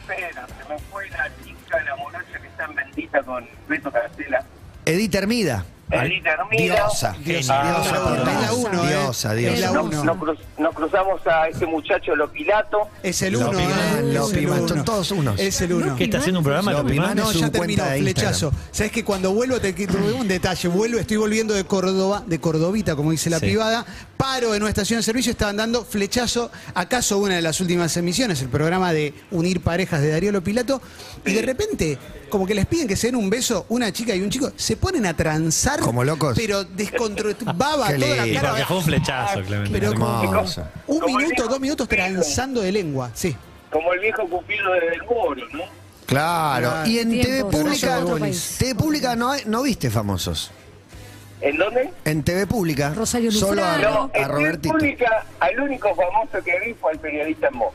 [SPEAKER 8] Espera, se me fue la chica de la morocha que está en bendita con Beto Castela.
[SPEAKER 3] Edith Hermida.
[SPEAKER 8] Elita Hermida.
[SPEAKER 3] Diosa.
[SPEAKER 5] Genio.
[SPEAKER 3] Diosa
[SPEAKER 4] Ah,
[SPEAKER 3] total.
[SPEAKER 4] es la uno, ¿eh?
[SPEAKER 3] Diosa, diosa.
[SPEAKER 4] Es la
[SPEAKER 8] Nos,
[SPEAKER 4] uno.
[SPEAKER 8] nos cruz- nos cruzamos a ese muchacho Lopilato.
[SPEAKER 4] Es el
[SPEAKER 3] Lo
[SPEAKER 4] 1.
[SPEAKER 3] Pimán, lo Pimán, son todos unos.
[SPEAKER 4] Es el 1.
[SPEAKER 5] ¿Qué está haciendo un programa?
[SPEAKER 3] Lo
[SPEAKER 5] Lopi Man?
[SPEAKER 3] Pimán
[SPEAKER 4] No,
[SPEAKER 3] es
[SPEAKER 4] ya
[SPEAKER 3] su
[SPEAKER 4] terminó,
[SPEAKER 3] cuenta de Instagram.
[SPEAKER 4] flechazo. Sabes que cuando vuelvo te te doy un detalle, vuelvo, estoy volviendo de Córdoba, de Cordovita, como dice la
[SPEAKER 5] Sí.
[SPEAKER 4] privada, paro en una estación de servicio, estaban dando flechazo, acaso una de las últimas emisiones, el programa de unir parejas de Darío Lopilato, y de repente, como que les piden que se den un beso, una chica y un chico, se ponen a transar.
[SPEAKER 3] Como locos.
[SPEAKER 4] Pero descontrolaba
[SPEAKER 3] Qué
[SPEAKER 4] toda la
[SPEAKER 5] Y
[SPEAKER 3] lindo.
[SPEAKER 4] cara.
[SPEAKER 5] porque fue un
[SPEAKER 3] Ah,
[SPEAKER 5] flechazo, Clemente.
[SPEAKER 4] Pero como
[SPEAKER 3] Hermosa.
[SPEAKER 4] un
[SPEAKER 8] Como el
[SPEAKER 4] minuto,
[SPEAKER 8] viejo
[SPEAKER 4] dos minutos
[SPEAKER 8] Cupido.
[SPEAKER 4] transando de lengua, sí.
[SPEAKER 8] Como el viejo Cupido de Del Moro, ¿no?
[SPEAKER 3] Claro.
[SPEAKER 5] Ah,
[SPEAKER 4] Claro.
[SPEAKER 3] Y en
[SPEAKER 6] Tiempo,
[SPEAKER 3] TV
[SPEAKER 6] Horacio
[SPEAKER 3] Pública,
[SPEAKER 6] de Bonis.
[SPEAKER 3] TV Pública no, hay- no viste famosos.
[SPEAKER 8] ¿En dónde?
[SPEAKER 3] En TV Pública,
[SPEAKER 6] Rosario
[SPEAKER 3] solo a,
[SPEAKER 6] Lufrano.
[SPEAKER 8] No,
[SPEAKER 3] a
[SPEAKER 8] en
[SPEAKER 3] Robertito.
[SPEAKER 8] República, al único famoso que vi fue el periodista en Voz.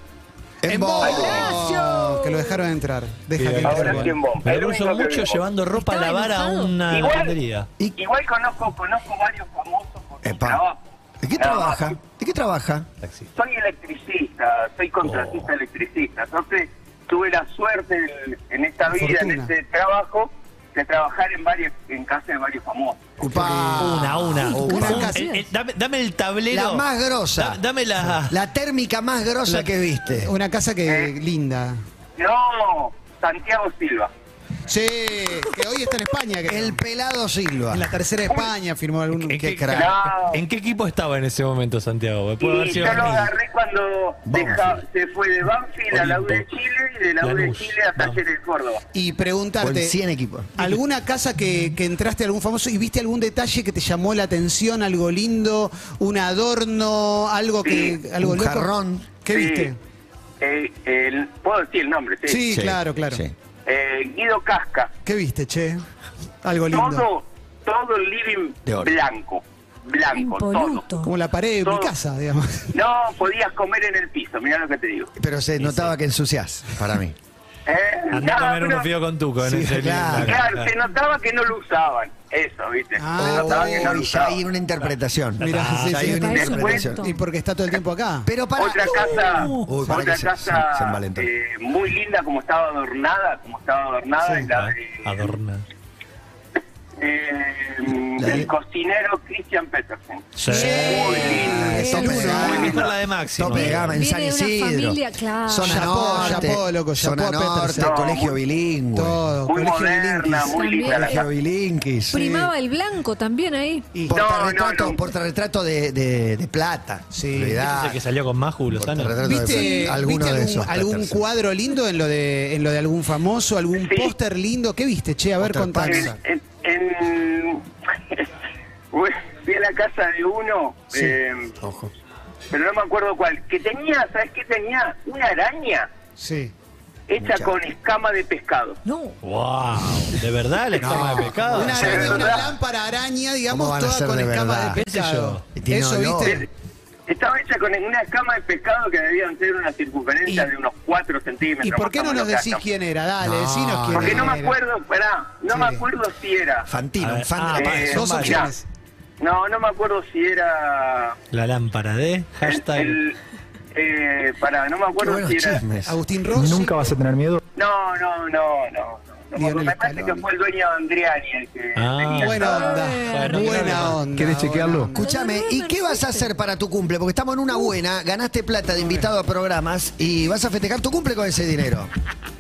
[SPEAKER 3] En Boca.
[SPEAKER 6] Horacio.
[SPEAKER 4] Que lo dejaron entrar. Deja
[SPEAKER 5] Bien.
[SPEAKER 4] que
[SPEAKER 8] Ahora
[SPEAKER 4] entre.
[SPEAKER 8] sí en Bomba.
[SPEAKER 5] Pero
[SPEAKER 8] El
[SPEAKER 5] lo
[SPEAKER 8] único
[SPEAKER 5] uso
[SPEAKER 8] que
[SPEAKER 5] mucho
[SPEAKER 8] vimos.
[SPEAKER 5] llevando ropa a
[SPEAKER 6] Estaba
[SPEAKER 5] lavar a
[SPEAKER 6] enojado.
[SPEAKER 5] una
[SPEAKER 8] Igual-
[SPEAKER 5] lavandería.
[SPEAKER 3] ¿Y-
[SPEAKER 8] Igual conozco, conozco varios famosos por su
[SPEAKER 3] Epa.
[SPEAKER 8] trabajo.
[SPEAKER 3] ¿De qué
[SPEAKER 8] Nada más.
[SPEAKER 3] trabaja? ¿De qué trabaja?
[SPEAKER 8] Soy electricista, soy
[SPEAKER 3] Oh.
[SPEAKER 8] contratista electricista. Entonces, tuve la suerte en, en esta
[SPEAKER 4] La
[SPEAKER 8] vida, en
[SPEAKER 4] fortuna.
[SPEAKER 8] este trabajo, de trabajar en varios, en casa de varios famosos.
[SPEAKER 5] Una, una.
[SPEAKER 3] Una
[SPEAKER 5] Un-
[SPEAKER 3] casa.
[SPEAKER 5] el- el- Eh, dame, dame el tablero.
[SPEAKER 3] La más grosa.
[SPEAKER 5] Da- dame la.
[SPEAKER 3] La térmica más grosa que viste.
[SPEAKER 4] Una casa que linda.
[SPEAKER 8] eh, No, Santiago Silva.
[SPEAKER 4] Sí, que hoy está en España. Que
[SPEAKER 3] El pelado Silva.
[SPEAKER 4] en la tercera España firmó algún.
[SPEAKER 5] ¿En
[SPEAKER 3] qué
[SPEAKER 5] qué,
[SPEAKER 3] crack.
[SPEAKER 8] No.
[SPEAKER 5] ¿En qué equipo estaba en ese momento, Santiago? Puede haber
[SPEAKER 8] Y yo
[SPEAKER 5] sido
[SPEAKER 8] lo
[SPEAKER 5] Armani.
[SPEAKER 8] agarré cuando deja- se fue de Banfield a la U de
[SPEAKER 5] Olimpo.
[SPEAKER 8] Chile y de la U de
[SPEAKER 5] Lanús.
[SPEAKER 8] Chile a Talleres de Córdoba.
[SPEAKER 4] Y
[SPEAKER 3] Con
[SPEAKER 4] preguntarte,
[SPEAKER 3] 100 equipos.
[SPEAKER 4] ¿alguna casa que, que entraste a algún famoso y viste algún detalle que te llamó la atención? ¿Algo lindo? ¿Un adorno? ¿Algo que.
[SPEAKER 8] Sí.
[SPEAKER 4] algo
[SPEAKER 3] Un
[SPEAKER 4] loco?
[SPEAKER 3] jarrón.
[SPEAKER 4] ¿Qué
[SPEAKER 8] Sí.
[SPEAKER 4] viste?
[SPEAKER 8] Eh, el- Puedo decir el nombre, sí.
[SPEAKER 4] Sí, claro, claro.
[SPEAKER 3] sí.
[SPEAKER 8] Eh, Guido Casca.
[SPEAKER 4] ¿Qué viste, che? Algo lindo.
[SPEAKER 8] Todo, todo el living
[SPEAKER 3] De oro.
[SPEAKER 8] blanco. Blanco, todo.
[SPEAKER 6] Impoluto.
[SPEAKER 4] Como la pared de mi
[SPEAKER 8] Todo.
[SPEAKER 4] casa, digamos.
[SPEAKER 8] No podías comer en el piso, mirá lo que te digo.
[SPEAKER 3] Pero se notaba que ensuciás, para mí.
[SPEAKER 8] ¿Eh?
[SPEAKER 5] Andá a
[SPEAKER 8] No,
[SPEAKER 5] comer
[SPEAKER 8] pero-
[SPEAKER 5] unos fideos con tuco en
[SPEAKER 3] Sí,
[SPEAKER 5] ese
[SPEAKER 3] claro.
[SPEAKER 5] living.
[SPEAKER 8] Claro, se notaba que no lo usaban. Eso, ¿viste?
[SPEAKER 4] Ah,
[SPEAKER 8] se
[SPEAKER 3] Oh,
[SPEAKER 8] notaba que no lo
[SPEAKER 3] y ya
[SPEAKER 8] usaban.
[SPEAKER 3] hay una interpretación.
[SPEAKER 4] Mirá,
[SPEAKER 3] Ah,
[SPEAKER 4] sí,
[SPEAKER 3] ya
[SPEAKER 4] sí,
[SPEAKER 3] hay
[SPEAKER 4] me
[SPEAKER 3] una
[SPEAKER 6] parece un
[SPEAKER 3] interpretación.
[SPEAKER 6] cuento.
[SPEAKER 4] Y porque está todo el tiempo acá.
[SPEAKER 3] Pero para.
[SPEAKER 8] Otra casa,
[SPEAKER 3] Uy, pará
[SPEAKER 8] otra
[SPEAKER 3] que se-
[SPEAKER 8] casa
[SPEAKER 3] se- se envalentó.
[SPEAKER 8] eh, muy linda como estaba adornada, como estaba adornada es
[SPEAKER 3] ah.
[SPEAKER 8] la de,
[SPEAKER 5] Adorna.
[SPEAKER 8] eh,
[SPEAKER 3] La de-
[SPEAKER 8] el cocinero Christian Petersen.
[SPEAKER 5] Sí.
[SPEAKER 8] Muy linda.
[SPEAKER 3] Eso
[SPEAKER 4] El uno,
[SPEAKER 3] pegaba.
[SPEAKER 4] ah,
[SPEAKER 5] Es por la de Máximo.
[SPEAKER 3] Tope de gama en
[SPEAKER 6] Viene
[SPEAKER 3] San
[SPEAKER 6] de una
[SPEAKER 3] Isidro.
[SPEAKER 6] familia, claro.
[SPEAKER 3] Zona
[SPEAKER 4] Chapó,
[SPEAKER 3] norte,
[SPEAKER 4] chapó, loco,
[SPEAKER 3] zona
[SPEAKER 4] chapó a
[SPEAKER 3] norte,
[SPEAKER 4] Petersen.
[SPEAKER 8] No,
[SPEAKER 3] colegio
[SPEAKER 8] muy-
[SPEAKER 3] bilingüe.
[SPEAKER 4] Todo.
[SPEAKER 8] Muy
[SPEAKER 4] Colegio
[SPEAKER 8] moderna,
[SPEAKER 4] Bilinkis.
[SPEAKER 8] muy linda la
[SPEAKER 6] También.
[SPEAKER 3] Colegio bilingüe. sí.
[SPEAKER 6] Primaba el blanco también ahí.
[SPEAKER 3] Portarretrato,
[SPEAKER 8] No, no, no.
[SPEAKER 3] portarretrato de, de, de plata.
[SPEAKER 4] Sí.
[SPEAKER 5] ¿Es
[SPEAKER 3] Olvidá.
[SPEAKER 5] el que salió con Maju Lozano?
[SPEAKER 3] Portarretrato de
[SPEAKER 4] ¿Viste,
[SPEAKER 3] plata. alguno
[SPEAKER 4] viste
[SPEAKER 3] de
[SPEAKER 4] algún,
[SPEAKER 3] esos.
[SPEAKER 4] algún
[SPEAKER 3] Peterson.
[SPEAKER 4] cuadro lindo en lo de en lo de algún famoso, algún
[SPEAKER 8] Sí.
[SPEAKER 4] póster lindo? ¿Qué viste, che? A ver,
[SPEAKER 3] Póster
[SPEAKER 4] contanos.
[SPEAKER 3] Panza.
[SPEAKER 8] En, en- fui a la casa de uno, eh,
[SPEAKER 3] Ojo.
[SPEAKER 8] pero no me acuerdo cuál, que tenía, ¿sabes qué tenía? Una araña
[SPEAKER 4] Sí.
[SPEAKER 8] hecha
[SPEAKER 3] Muchacho.
[SPEAKER 8] con escama de pescado.
[SPEAKER 6] No.
[SPEAKER 5] ¡Wow! ¿De verdad la escama de pescado?
[SPEAKER 4] Una,
[SPEAKER 3] Sí,
[SPEAKER 4] araña,
[SPEAKER 8] de
[SPEAKER 4] una
[SPEAKER 8] verdad.
[SPEAKER 4] lámpara araña,
[SPEAKER 3] ¿Cómo
[SPEAKER 4] digamos,
[SPEAKER 3] van a
[SPEAKER 4] toda
[SPEAKER 3] ser
[SPEAKER 4] con
[SPEAKER 3] de
[SPEAKER 4] escama
[SPEAKER 3] verdad?
[SPEAKER 4] de
[SPEAKER 5] ¿Qué sé
[SPEAKER 4] pescado.
[SPEAKER 3] yo? Tiene
[SPEAKER 4] Eso,
[SPEAKER 3] olor.
[SPEAKER 4] ¿viste?
[SPEAKER 8] Estaba hecha con una escama de pescado que debían tener una circunferencia
[SPEAKER 4] Y-
[SPEAKER 8] de unos 4 centímetros.
[SPEAKER 4] ¿Y por qué
[SPEAKER 8] más o
[SPEAKER 4] no nos
[SPEAKER 8] menos,
[SPEAKER 4] decís
[SPEAKER 8] acá.
[SPEAKER 4] quién era? Dale,
[SPEAKER 3] No.
[SPEAKER 4] decinos quién
[SPEAKER 8] Porque
[SPEAKER 4] era.
[SPEAKER 8] no me acuerdo, pará, no me acuerdo si era.
[SPEAKER 3] Fantino,
[SPEAKER 5] A ver,
[SPEAKER 3] fan
[SPEAKER 5] ah,
[SPEAKER 3] de la
[SPEAKER 5] eh,
[SPEAKER 3] paz.
[SPEAKER 4] Dos
[SPEAKER 5] Son varias.
[SPEAKER 4] opciones.
[SPEAKER 9] No, no me acuerdo si era.
[SPEAKER 5] La lámpara de hashtag.
[SPEAKER 9] El, eh, pará, no me
[SPEAKER 3] Qué
[SPEAKER 9] acuerdo
[SPEAKER 3] buenos
[SPEAKER 9] si era.
[SPEAKER 3] chismes.
[SPEAKER 4] Agustín Rossi.
[SPEAKER 10] Nunca vas a tener miedo.
[SPEAKER 9] No, no, no, no. no me acuerdo.
[SPEAKER 4] Lionel
[SPEAKER 9] me parece que
[SPEAKER 4] Scaloni.
[SPEAKER 9] fue el dueño de Andriani el que
[SPEAKER 5] Ah.
[SPEAKER 3] Eh,
[SPEAKER 9] tenía.
[SPEAKER 4] Buena onda.
[SPEAKER 5] Bueno,
[SPEAKER 4] buena
[SPEAKER 5] claro.
[SPEAKER 4] onda.
[SPEAKER 10] ¿Querés chequearlo?
[SPEAKER 4] buena onda.
[SPEAKER 3] Escúchame, ¿y qué vas a hacer para tu cumple? Porque estamos en una buena, ganaste plata de invitado a programas y vas a festejar tu cumple con ese dinero.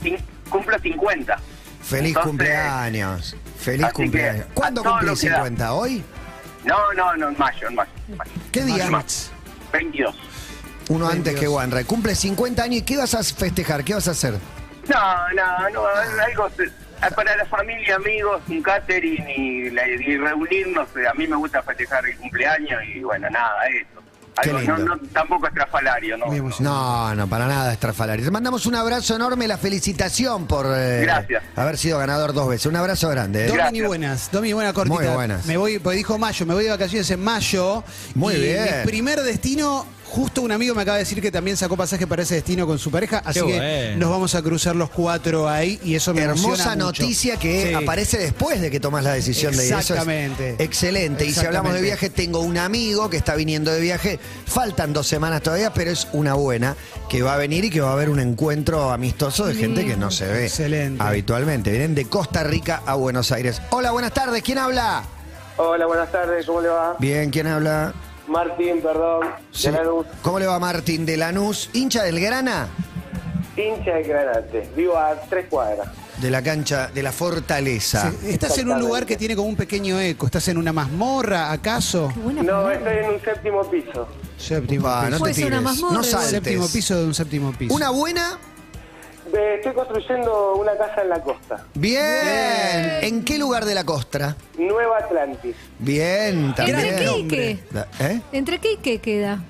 [SPEAKER 9] Cin- cumplo 50.
[SPEAKER 3] Feliz
[SPEAKER 9] Entonces,
[SPEAKER 3] cumpleaños. Feliz
[SPEAKER 9] así que,
[SPEAKER 3] cumpleaños.
[SPEAKER 9] a
[SPEAKER 3] ¿Cuándo
[SPEAKER 9] todo
[SPEAKER 3] cumplís
[SPEAKER 9] lo que da.
[SPEAKER 3] 50? ¿Hoy?
[SPEAKER 9] No, no, no, en mayo, en mayo. en mayo.
[SPEAKER 3] ¿Qué día?
[SPEAKER 9] Mayo, 22.
[SPEAKER 3] Uno antes que Wanray. Cumple 50 años y ¿qué vas a festejar? ¿Qué vas a hacer?
[SPEAKER 9] No, no, no, algo se- para la familia, amigos, un catering y, la- y reunirnos. A mí me gusta festejar el cumpleaños y bueno, nada, eso.
[SPEAKER 3] Qué
[SPEAKER 9] Algo, no,
[SPEAKER 3] lindo.
[SPEAKER 9] no, tampoco estrafalario, ¿no?
[SPEAKER 4] Muy emocionante.
[SPEAKER 3] No, no, para nada, estrafalario. Te mandamos un abrazo enorme, la felicitación por eh,
[SPEAKER 9] Gracias.
[SPEAKER 3] haber sido ganador dos veces. Un abrazo grande. ¿eh?
[SPEAKER 4] Dos
[SPEAKER 9] Gracias.
[SPEAKER 4] mini buenas, dos mini buenas cortitas.
[SPEAKER 3] Muy buenas.
[SPEAKER 4] Me voy, porque dijo mayo, me voy de vacaciones en mayo.
[SPEAKER 3] Muy
[SPEAKER 4] y
[SPEAKER 3] bien.
[SPEAKER 4] Mi primer destino, justo un amigo me acaba de decir que también sacó pasaje para ese destino con su pareja, así
[SPEAKER 5] Qué
[SPEAKER 4] que
[SPEAKER 5] bueno.
[SPEAKER 4] nos vamos a cruzar los cuatro ahí y eso me
[SPEAKER 3] Hermosa
[SPEAKER 4] emociona mucho.
[SPEAKER 3] noticia que
[SPEAKER 4] Sí.
[SPEAKER 3] aparece después de que tomas la decisión de ir. Eso es
[SPEAKER 4] Exactamente.
[SPEAKER 3] excelente. Y si
[SPEAKER 4] Exactamente.
[SPEAKER 3] hablamos de viaje, tengo un amigo que está viniendo de viaje. Faltan dos semanas todavía, pero es una buena que va a venir y que va a haber un encuentro amistoso de gente que no se ve
[SPEAKER 4] Excelente.
[SPEAKER 3] habitualmente. Vienen de Costa Rica a Buenos Aires. Hola, buenas tardes. ¿Quién habla?
[SPEAKER 8] Hola, buenas tardes, ¿cómo le va?
[SPEAKER 3] Bien, ¿quién habla?
[SPEAKER 8] Martín, perdón,
[SPEAKER 3] Sí.
[SPEAKER 8] de Lanús,
[SPEAKER 3] ¿Cómo le va Martín de Lanús? ¿Hincha del Grana?
[SPEAKER 8] hincha de Granate, vivo a tres cuadras.
[SPEAKER 3] De la cancha de la Fortaleza.
[SPEAKER 4] Sí, Estás en un lugar que tiene como un pequeño eco, estás en una mazmorra, ¿acaso?
[SPEAKER 6] Qué buena
[SPEAKER 8] No,
[SPEAKER 6] palabra.
[SPEAKER 8] estoy en un séptimo piso.
[SPEAKER 4] Séptimo
[SPEAKER 3] Pa, no
[SPEAKER 4] piso.
[SPEAKER 3] te
[SPEAKER 6] Puede ser
[SPEAKER 3] tires,
[SPEAKER 6] una mazmorra
[SPEAKER 3] no
[SPEAKER 6] igual.
[SPEAKER 3] saltes.
[SPEAKER 4] Séptimo piso de un séptimo piso.
[SPEAKER 3] Una buena,
[SPEAKER 8] De- estoy construyendo una casa en la costa,
[SPEAKER 3] bien. ¿En qué lugar de la costa?
[SPEAKER 8] Nueva Atlantis.
[SPEAKER 3] Bien,
[SPEAKER 6] ¿Entre qué y
[SPEAKER 3] también.
[SPEAKER 6] qué?
[SPEAKER 3] La- ¿Eh?
[SPEAKER 6] ¿Entre qué y qué queda?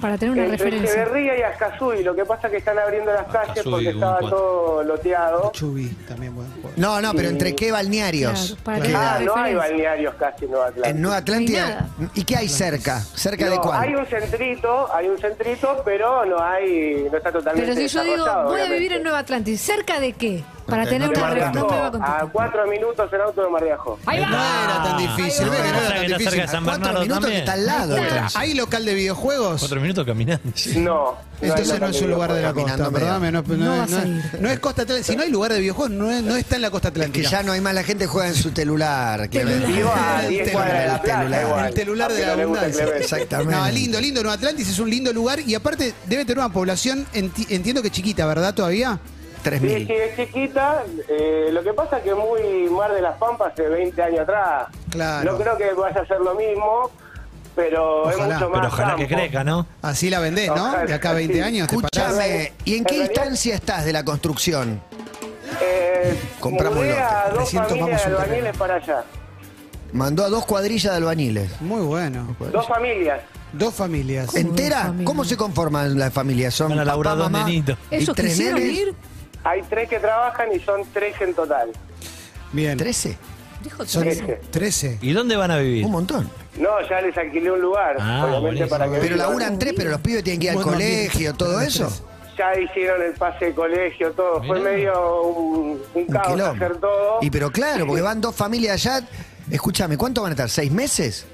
[SPEAKER 6] Para tener una
[SPEAKER 8] Entre
[SPEAKER 6] referencia.
[SPEAKER 8] Echeverría y Ascasuy, lo que pasa es que están abriendo las calles
[SPEAKER 5] Ascasuy,
[SPEAKER 8] porque
[SPEAKER 5] un
[SPEAKER 8] estaba
[SPEAKER 5] cuatro.
[SPEAKER 8] todo loteado.
[SPEAKER 4] Chubi, también buen juego.
[SPEAKER 3] No, no, pero ¿entre qué balnearios?
[SPEAKER 6] Claro, para
[SPEAKER 3] ¿Qué
[SPEAKER 6] que-
[SPEAKER 3] da?
[SPEAKER 8] Ah, no hay
[SPEAKER 6] referencia.
[SPEAKER 8] balnearios casi en Nueva Atlantis.
[SPEAKER 3] En Nueva
[SPEAKER 6] No hay
[SPEAKER 3] Atlántida.
[SPEAKER 6] nada.
[SPEAKER 3] ¿Y qué hay cerca? ¿Cerca de
[SPEAKER 8] No,
[SPEAKER 3] cuál?
[SPEAKER 8] hay un centrito, hay un centrito, pero no hay, no está totalmente
[SPEAKER 6] Pero si yo digo,
[SPEAKER 8] desarrollado,
[SPEAKER 6] voy a vivir
[SPEAKER 8] obviamente.
[SPEAKER 6] en Nueva Atlantis, ¿cerca de qué? Para
[SPEAKER 3] Ok,
[SPEAKER 6] tener
[SPEAKER 3] no
[SPEAKER 8] De
[SPEAKER 6] una
[SPEAKER 8] Mar de
[SPEAKER 6] re-
[SPEAKER 3] no
[SPEAKER 8] Ajó,
[SPEAKER 6] me va a contestar.
[SPEAKER 8] a cuatro minutos en auto de Mar de Ajó.
[SPEAKER 6] Ahí va.
[SPEAKER 4] No era tan difícil,
[SPEAKER 6] Ahí
[SPEAKER 4] no
[SPEAKER 6] va.
[SPEAKER 4] era
[SPEAKER 5] Pensá que
[SPEAKER 4] tan
[SPEAKER 5] era cerca de
[SPEAKER 4] difícil.
[SPEAKER 5] San
[SPEAKER 3] Ah. Cuatro
[SPEAKER 5] Bernardo
[SPEAKER 3] minutos que
[SPEAKER 5] también.
[SPEAKER 3] está al lado. entonces.
[SPEAKER 4] ¿Hay local de videojuegos?
[SPEAKER 5] Cuatro minutos caminando.
[SPEAKER 8] No.
[SPEAKER 4] Entonces no,
[SPEAKER 8] hay
[SPEAKER 4] es un lugar de la
[SPEAKER 3] Caminando
[SPEAKER 4] costa, perdóname, no,
[SPEAKER 6] No
[SPEAKER 4] no-
[SPEAKER 6] vas
[SPEAKER 4] no-
[SPEAKER 6] a ir.
[SPEAKER 4] no es costa atlántica. Si no hay lugar de videojuegos, no, es- no está en la costa
[SPEAKER 3] Que
[SPEAKER 4] atlántica.
[SPEAKER 3] ya no hay más, la gente juega en su celular. Clemente.
[SPEAKER 8] Vivo a
[SPEAKER 4] El
[SPEAKER 8] 10
[SPEAKER 4] telular,
[SPEAKER 8] cuadras de la
[SPEAKER 4] el
[SPEAKER 8] playa
[SPEAKER 3] telular,
[SPEAKER 8] igual.
[SPEAKER 4] el telular de
[SPEAKER 8] Aunque
[SPEAKER 4] la
[SPEAKER 8] no le guste
[SPEAKER 4] abundancia.
[SPEAKER 8] Clemente.
[SPEAKER 3] Exactamente.
[SPEAKER 4] No, lindo, lindo. Nueva Atlantis es un lindo lugar y aparte debe tener una población, enti- entiendo que chiquita, ¿verdad? Todavía.
[SPEAKER 3] 3.000.
[SPEAKER 8] Sí, sí, es chiquita. eh, lo que pasa es que es muy Mar de las Pampas de 20 años atrás.
[SPEAKER 4] Claro.
[SPEAKER 8] No creo que vaya a ser lo mismo, pero
[SPEAKER 4] Ojalá,
[SPEAKER 8] es mucho más.
[SPEAKER 5] Pero ojalá que
[SPEAKER 8] campo.
[SPEAKER 5] crezca, ¿no?
[SPEAKER 4] Así la vendés, ¿no?
[SPEAKER 8] Ojalá,
[SPEAKER 4] De acá a 20
[SPEAKER 8] sí.
[SPEAKER 4] años. te parás.
[SPEAKER 3] Escúchame, ¿y en qué
[SPEAKER 8] En realidad-
[SPEAKER 3] distancia estás de la construcción?
[SPEAKER 8] Eh,
[SPEAKER 3] Compramos
[SPEAKER 8] mudé
[SPEAKER 3] el lote.
[SPEAKER 8] a Ah, dos
[SPEAKER 4] Recién tomamos
[SPEAKER 8] familias de
[SPEAKER 4] un terreno.
[SPEAKER 8] albañiles para allá.
[SPEAKER 3] Mandó a dos cuadrillas de albañiles.
[SPEAKER 4] Muy bueno.
[SPEAKER 8] Dos familias.
[SPEAKER 4] Dos familias.
[SPEAKER 6] En-
[SPEAKER 3] ¿Entera?
[SPEAKER 6] familia.
[SPEAKER 3] ¿Cómo se conforman las familias? Son
[SPEAKER 5] Van a laburar
[SPEAKER 3] papá,
[SPEAKER 5] dos
[SPEAKER 3] mamá
[SPEAKER 5] nenitos.
[SPEAKER 3] y
[SPEAKER 6] ¿Ellos
[SPEAKER 3] tres
[SPEAKER 6] quisieron
[SPEAKER 3] nenes.
[SPEAKER 6] ir?
[SPEAKER 8] Hay tres que trabajan y son tres en total.
[SPEAKER 4] Bien.
[SPEAKER 3] Trece.
[SPEAKER 6] Dijo
[SPEAKER 4] Son
[SPEAKER 6] tres.
[SPEAKER 8] Trece.
[SPEAKER 4] 13.
[SPEAKER 5] ¿Y dónde van a vivir?
[SPEAKER 3] Un montón.
[SPEAKER 8] No, ya les alquilé un lugar.
[SPEAKER 5] Ah,
[SPEAKER 8] obviamente
[SPEAKER 5] buenísimo.
[SPEAKER 8] para que
[SPEAKER 3] Pero
[SPEAKER 8] vivan.
[SPEAKER 3] laburan tres, pero los pibes tienen que ir al
[SPEAKER 4] Bueno,
[SPEAKER 3] colegio,
[SPEAKER 4] bien.
[SPEAKER 3] todo
[SPEAKER 4] Tres.
[SPEAKER 3] eso.
[SPEAKER 8] Ya hicieron el pase de colegio, todo. Fue
[SPEAKER 5] Mirá.
[SPEAKER 8] medio un, un
[SPEAKER 3] Un
[SPEAKER 8] caos
[SPEAKER 3] quilombo.
[SPEAKER 8] hacer todo.
[SPEAKER 3] Y pero claro, porque van dos familias allá. Escúchame, ¿cuánto van a estar? ¿Seis meses?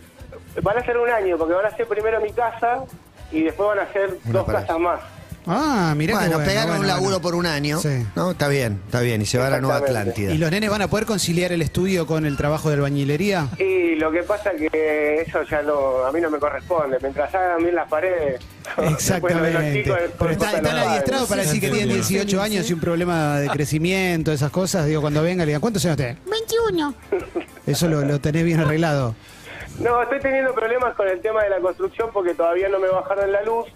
[SPEAKER 8] Van a ser un año, porque van a ser primero mi casa y después van a ser
[SPEAKER 3] Una
[SPEAKER 8] dos
[SPEAKER 3] para-
[SPEAKER 8] casas más.
[SPEAKER 4] Ah, mirá qué
[SPEAKER 3] bueno,
[SPEAKER 4] bueno,
[SPEAKER 3] pegaron
[SPEAKER 4] bueno,
[SPEAKER 3] un laburo
[SPEAKER 4] bueno.
[SPEAKER 3] por un año.
[SPEAKER 4] Sí.
[SPEAKER 3] No, está bien, está bien. Y se van a Nueva
[SPEAKER 8] Exactamente.
[SPEAKER 3] Atlántida.
[SPEAKER 4] ¿Y los nenes van a poder conciliar el estudio con el trabajo de albañilería?
[SPEAKER 8] Y lo que pasa que eso ya no, a mí no me corresponde. Mientras hagan bien las paredes. después lo de los
[SPEAKER 4] Exactamente.
[SPEAKER 8] chicos,
[SPEAKER 4] Pero
[SPEAKER 8] con
[SPEAKER 4] está-
[SPEAKER 8] cosas
[SPEAKER 4] están
[SPEAKER 8] no
[SPEAKER 4] adiestrados
[SPEAKER 8] saben.
[SPEAKER 4] para decir que tienen 18 años y un problema de crecimiento, esas cosas. Digo, cuando venga, le digan, ¿cuántos años tenés? 21. Eso lo, lo tenés bien arreglado.
[SPEAKER 8] No, estoy teniendo problemas con el tema de la construcción porque todavía no me bajaron la luz.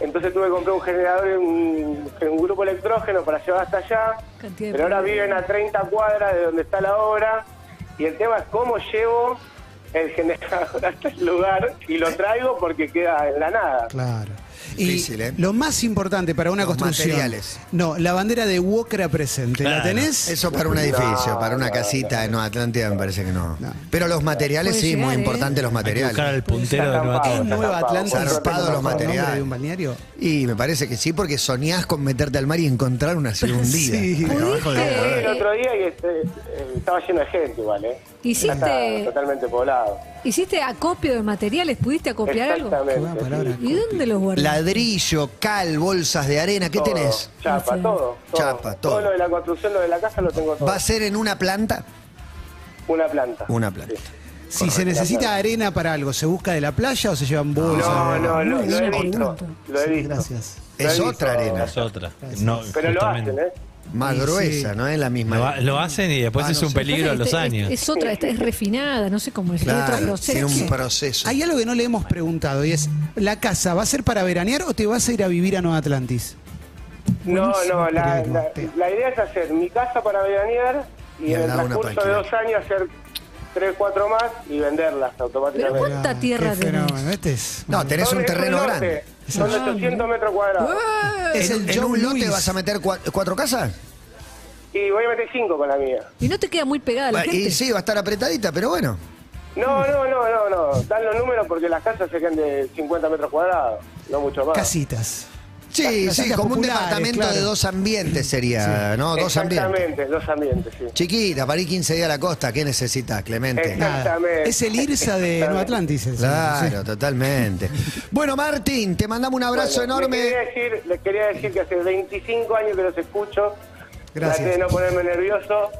[SPEAKER 8] Entonces tuve que comprar un generador en un, en un grupo electrógeno para llevar hasta allá.
[SPEAKER 6] Cantidad de
[SPEAKER 8] Pero ahora
[SPEAKER 6] problemas.
[SPEAKER 8] viven a 30 cuadras de donde está la obra. Y el tema es cómo llevo el generador hasta el lugar y lo traigo porque queda en la nada.
[SPEAKER 4] Claro.
[SPEAKER 3] Difícil,
[SPEAKER 4] y
[SPEAKER 3] ¿eh?
[SPEAKER 4] lo más importante para una
[SPEAKER 3] Los
[SPEAKER 4] construcción.
[SPEAKER 3] materiales.
[SPEAKER 4] No, la bandera de Wokra presente. ¿La
[SPEAKER 5] Claro.
[SPEAKER 4] tenés?
[SPEAKER 3] Eso para un edificio, para una casita, no, Atlántida me parece que no. Pero los materiales
[SPEAKER 6] Puede
[SPEAKER 3] sí, muy
[SPEAKER 6] llegar, ¿eh?
[SPEAKER 3] importantes los
[SPEAKER 5] Hay que buscar al
[SPEAKER 3] materiales.
[SPEAKER 5] puntero de Nueva
[SPEAKER 4] ¿Es
[SPEAKER 5] Atlántida.
[SPEAKER 4] Nueva Atlanta?
[SPEAKER 3] Zarpado los
[SPEAKER 4] ¿Nombre
[SPEAKER 3] materiales.
[SPEAKER 4] de un balneario?
[SPEAKER 3] Y me parece que sí, porque soñás con meterte al mar y encontrar una ciudad hundida.
[SPEAKER 4] Sí.
[SPEAKER 3] Pero abajo de-
[SPEAKER 11] Fui
[SPEAKER 6] ¿Pudiste?
[SPEAKER 11] el otro día y este, eh, estaba lleno de gente igual, ¿eh? Ya está
[SPEAKER 6] ¿Hiciste,
[SPEAKER 11] totalmente poblado.
[SPEAKER 6] ¿Hiciste acopio de materiales? ¿Pudiste acopiar algo?
[SPEAKER 4] Qué buena
[SPEAKER 11] Exactamente.
[SPEAKER 4] palabra.
[SPEAKER 6] ¿Y dónde los guardas?
[SPEAKER 3] Ladrillo, cal, bolsas de arena, ¿qué
[SPEAKER 11] Todo.
[SPEAKER 3] tenés?
[SPEAKER 11] Chapa,
[SPEAKER 6] Sí.
[SPEAKER 11] todo, todo.
[SPEAKER 3] Chapa, todo.
[SPEAKER 11] lo de la construcción, lo de la casa lo tengo todo.
[SPEAKER 3] ¿Va a ser en una planta?
[SPEAKER 11] Una planta.
[SPEAKER 3] Una planta.
[SPEAKER 4] Si se necesita arena para algo, ¿se busca de la playa o se llevan bolsas?
[SPEAKER 11] No,
[SPEAKER 4] de arena?
[SPEAKER 11] no, lo,
[SPEAKER 6] Muy
[SPEAKER 11] lo he
[SPEAKER 6] buena
[SPEAKER 11] visto.
[SPEAKER 6] pregunta.
[SPEAKER 11] Lo he
[SPEAKER 4] Sí,
[SPEAKER 11] visto.
[SPEAKER 4] Gracias.
[SPEAKER 11] Lo he
[SPEAKER 3] Es
[SPEAKER 11] visto.
[SPEAKER 3] otra arena,
[SPEAKER 5] Es otra. No,
[SPEAKER 11] Pero lo
[SPEAKER 5] justamente.
[SPEAKER 11] hacen, ¿eh?
[SPEAKER 3] más
[SPEAKER 4] Sí, sí.
[SPEAKER 3] gruesa, ¿no? Es la misma.
[SPEAKER 5] Lo, va- lo hacen y después
[SPEAKER 3] Ah,
[SPEAKER 5] es
[SPEAKER 3] no
[SPEAKER 5] un
[SPEAKER 3] sé.
[SPEAKER 5] peligro a los
[SPEAKER 6] Esta-
[SPEAKER 5] años.
[SPEAKER 6] Es, es otra, esta es refinada, no sé cómo es.
[SPEAKER 3] Claro,
[SPEAKER 6] otro proceso.
[SPEAKER 3] tiene un proceso.
[SPEAKER 4] Hay algo que no le hemos preguntado y es, ¿la casa va a ser para veranear o te vas a ir a vivir a Nueva Atlantis?
[SPEAKER 11] No,
[SPEAKER 4] Buenísimo
[SPEAKER 11] no, la,
[SPEAKER 4] periodismo,
[SPEAKER 11] la-
[SPEAKER 4] Teo.
[SPEAKER 11] la idea es hacer mi casa para veranear y,
[SPEAKER 3] Y
[SPEAKER 11] en
[SPEAKER 3] al
[SPEAKER 11] el
[SPEAKER 3] lado una
[SPEAKER 11] transcurso de
[SPEAKER 3] para
[SPEAKER 11] dos años hacer tres, cuatro más y venderlas
[SPEAKER 6] Pero
[SPEAKER 11] automáticamente.
[SPEAKER 6] ¿cuánta tierra
[SPEAKER 4] Qué
[SPEAKER 6] tenés?
[SPEAKER 4] fenómeno, este es-
[SPEAKER 3] No, tenés
[SPEAKER 11] Son-
[SPEAKER 3] un
[SPEAKER 11] es
[SPEAKER 3] terreno
[SPEAKER 11] lote,
[SPEAKER 3] grande.
[SPEAKER 11] Son 800 metros cuadrados.
[SPEAKER 4] Es
[SPEAKER 3] ¿En,
[SPEAKER 4] el
[SPEAKER 3] en
[SPEAKER 4] John
[SPEAKER 3] un lote
[SPEAKER 4] Lewis.
[SPEAKER 3] vas a meter cua- cuatro casas?
[SPEAKER 11] Y voy a meter cinco con la mía.
[SPEAKER 6] Y no te queda muy pegada la
[SPEAKER 3] Va-
[SPEAKER 6] gente.
[SPEAKER 3] Y sí, va a estar apretadita, pero bueno.
[SPEAKER 11] No, no, no, no, no. Dan los números porque las casas se quedan de 50 metros cuadrados, no mucho más.
[SPEAKER 4] Casitas.
[SPEAKER 3] Sí,
[SPEAKER 4] Las
[SPEAKER 3] sí,
[SPEAKER 4] casas
[SPEAKER 3] como un
[SPEAKER 4] populares,
[SPEAKER 3] departamento
[SPEAKER 4] claro.
[SPEAKER 3] de dos ambientes sería, ¿no? Dos ambientes.
[SPEAKER 11] Exactamente, dos ambientes, sí.
[SPEAKER 3] Chiquita, para ir 15 días a la costa, ¿qué necesitas, Clemente?
[SPEAKER 11] Exacto.
[SPEAKER 4] Nada.
[SPEAKER 11] Exactamente.
[SPEAKER 4] Es el Irsa de
[SPEAKER 11] Exactamente.
[SPEAKER 4] Nueva Atlantis. el señor,
[SPEAKER 3] Claro,
[SPEAKER 4] sí.
[SPEAKER 3] totalmente. Bueno, Martín, te mandamos un abrazo
[SPEAKER 11] Bueno, Les
[SPEAKER 3] enorme.
[SPEAKER 11] quería, decir, les quería decir que hace 25 años que los escucho.
[SPEAKER 4] Gracias.
[SPEAKER 11] Traté de no ponerme nervioso.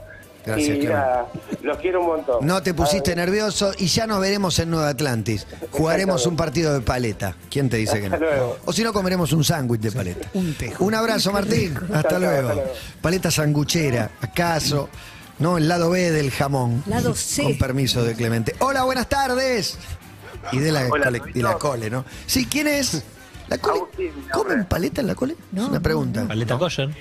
[SPEAKER 3] Gracias,
[SPEAKER 11] y
[SPEAKER 3] Clemen.
[SPEAKER 11] nada, los quiero un montón.
[SPEAKER 3] No te pusiste
[SPEAKER 11] Ay,
[SPEAKER 3] nervioso y ya nos veremos en Nueva Atlantis. Jugaremos un partido de paleta. ¿Quién te dice que no?
[SPEAKER 11] Hasta luego.
[SPEAKER 3] O si no, comeremos un sándwich de paleta.
[SPEAKER 4] Un tejo.
[SPEAKER 3] Un abrazo, Martín. Hasta
[SPEAKER 11] Chao,
[SPEAKER 3] luego.
[SPEAKER 11] hasta luego.
[SPEAKER 3] Paleta sanguchera, acaso. No, el lado B del jamón.
[SPEAKER 6] Lado C.
[SPEAKER 3] Con permiso de Clemente. Hola, buenas tardes. Y de la,
[SPEAKER 7] Hola,
[SPEAKER 3] cole, y la cole, ¿no? Sí, ¿quién es? ¿La cole?
[SPEAKER 7] Agustín, mi nombre.
[SPEAKER 3] ¿Comen paleta en la cole? es una pregunta.
[SPEAKER 5] Paleta Collen.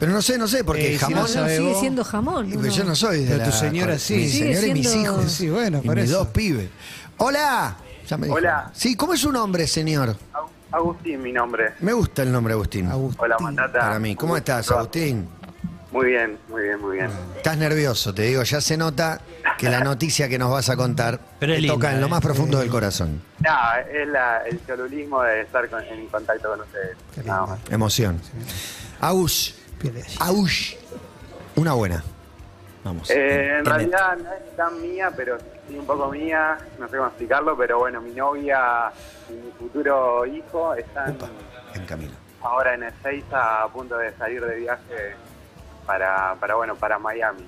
[SPEAKER 3] Pero no sé, no sé, porque
[SPEAKER 4] Eh, si
[SPEAKER 3] jamón.
[SPEAKER 4] no
[SPEAKER 6] No,
[SPEAKER 4] sabe
[SPEAKER 6] sigue
[SPEAKER 4] vos.
[SPEAKER 6] siendo jamón.
[SPEAKER 3] Pero
[SPEAKER 6] uno.
[SPEAKER 3] yo no soy de
[SPEAKER 4] Pero
[SPEAKER 3] la
[SPEAKER 4] tu señora sí.
[SPEAKER 3] Mi
[SPEAKER 6] Sigue
[SPEAKER 3] señora y mis
[SPEAKER 6] siendo-
[SPEAKER 3] hijos.
[SPEAKER 4] Sí, bueno,
[SPEAKER 3] y
[SPEAKER 4] por
[SPEAKER 3] mis
[SPEAKER 4] eso.
[SPEAKER 3] dos pibes. ¡Hola! Ya me dijo.
[SPEAKER 7] Hola.
[SPEAKER 3] Sí, ¿cómo es su nombre, señor?
[SPEAKER 7] Agu- Agustín, mi nombre.
[SPEAKER 3] Me gusta el nombre Agustín.
[SPEAKER 4] Agustín.
[SPEAKER 7] Hola, Mandata.
[SPEAKER 3] Para mí. ¿Cómo estás, Agustín?
[SPEAKER 7] Muy bien, muy bien, muy bien.
[SPEAKER 3] Estás nervioso, te digo. Ya se nota que la noticia que nos vas a contar
[SPEAKER 5] Pero
[SPEAKER 3] te
[SPEAKER 5] es
[SPEAKER 3] toca
[SPEAKER 5] linda,
[SPEAKER 3] en lo
[SPEAKER 5] ¿eh?
[SPEAKER 3] más profundo del corazón.
[SPEAKER 7] Nada, es la- el cholulismo de estar con- en contacto con ustedes. Nada más.
[SPEAKER 3] Emoción. Agus.
[SPEAKER 4] Piel de gallina.
[SPEAKER 3] Agus. Una buena. Vamos.
[SPEAKER 7] Eh, en
[SPEAKER 3] Tenet.
[SPEAKER 7] realidad no es tan mía, pero sí un poco mía, no sé cómo explicarlo, pero bueno, mi novia y mi futuro hijo están
[SPEAKER 3] Upa, en camino.
[SPEAKER 7] ahora en Ezeiza a punto de salir de viaje para, para bueno, para Miami.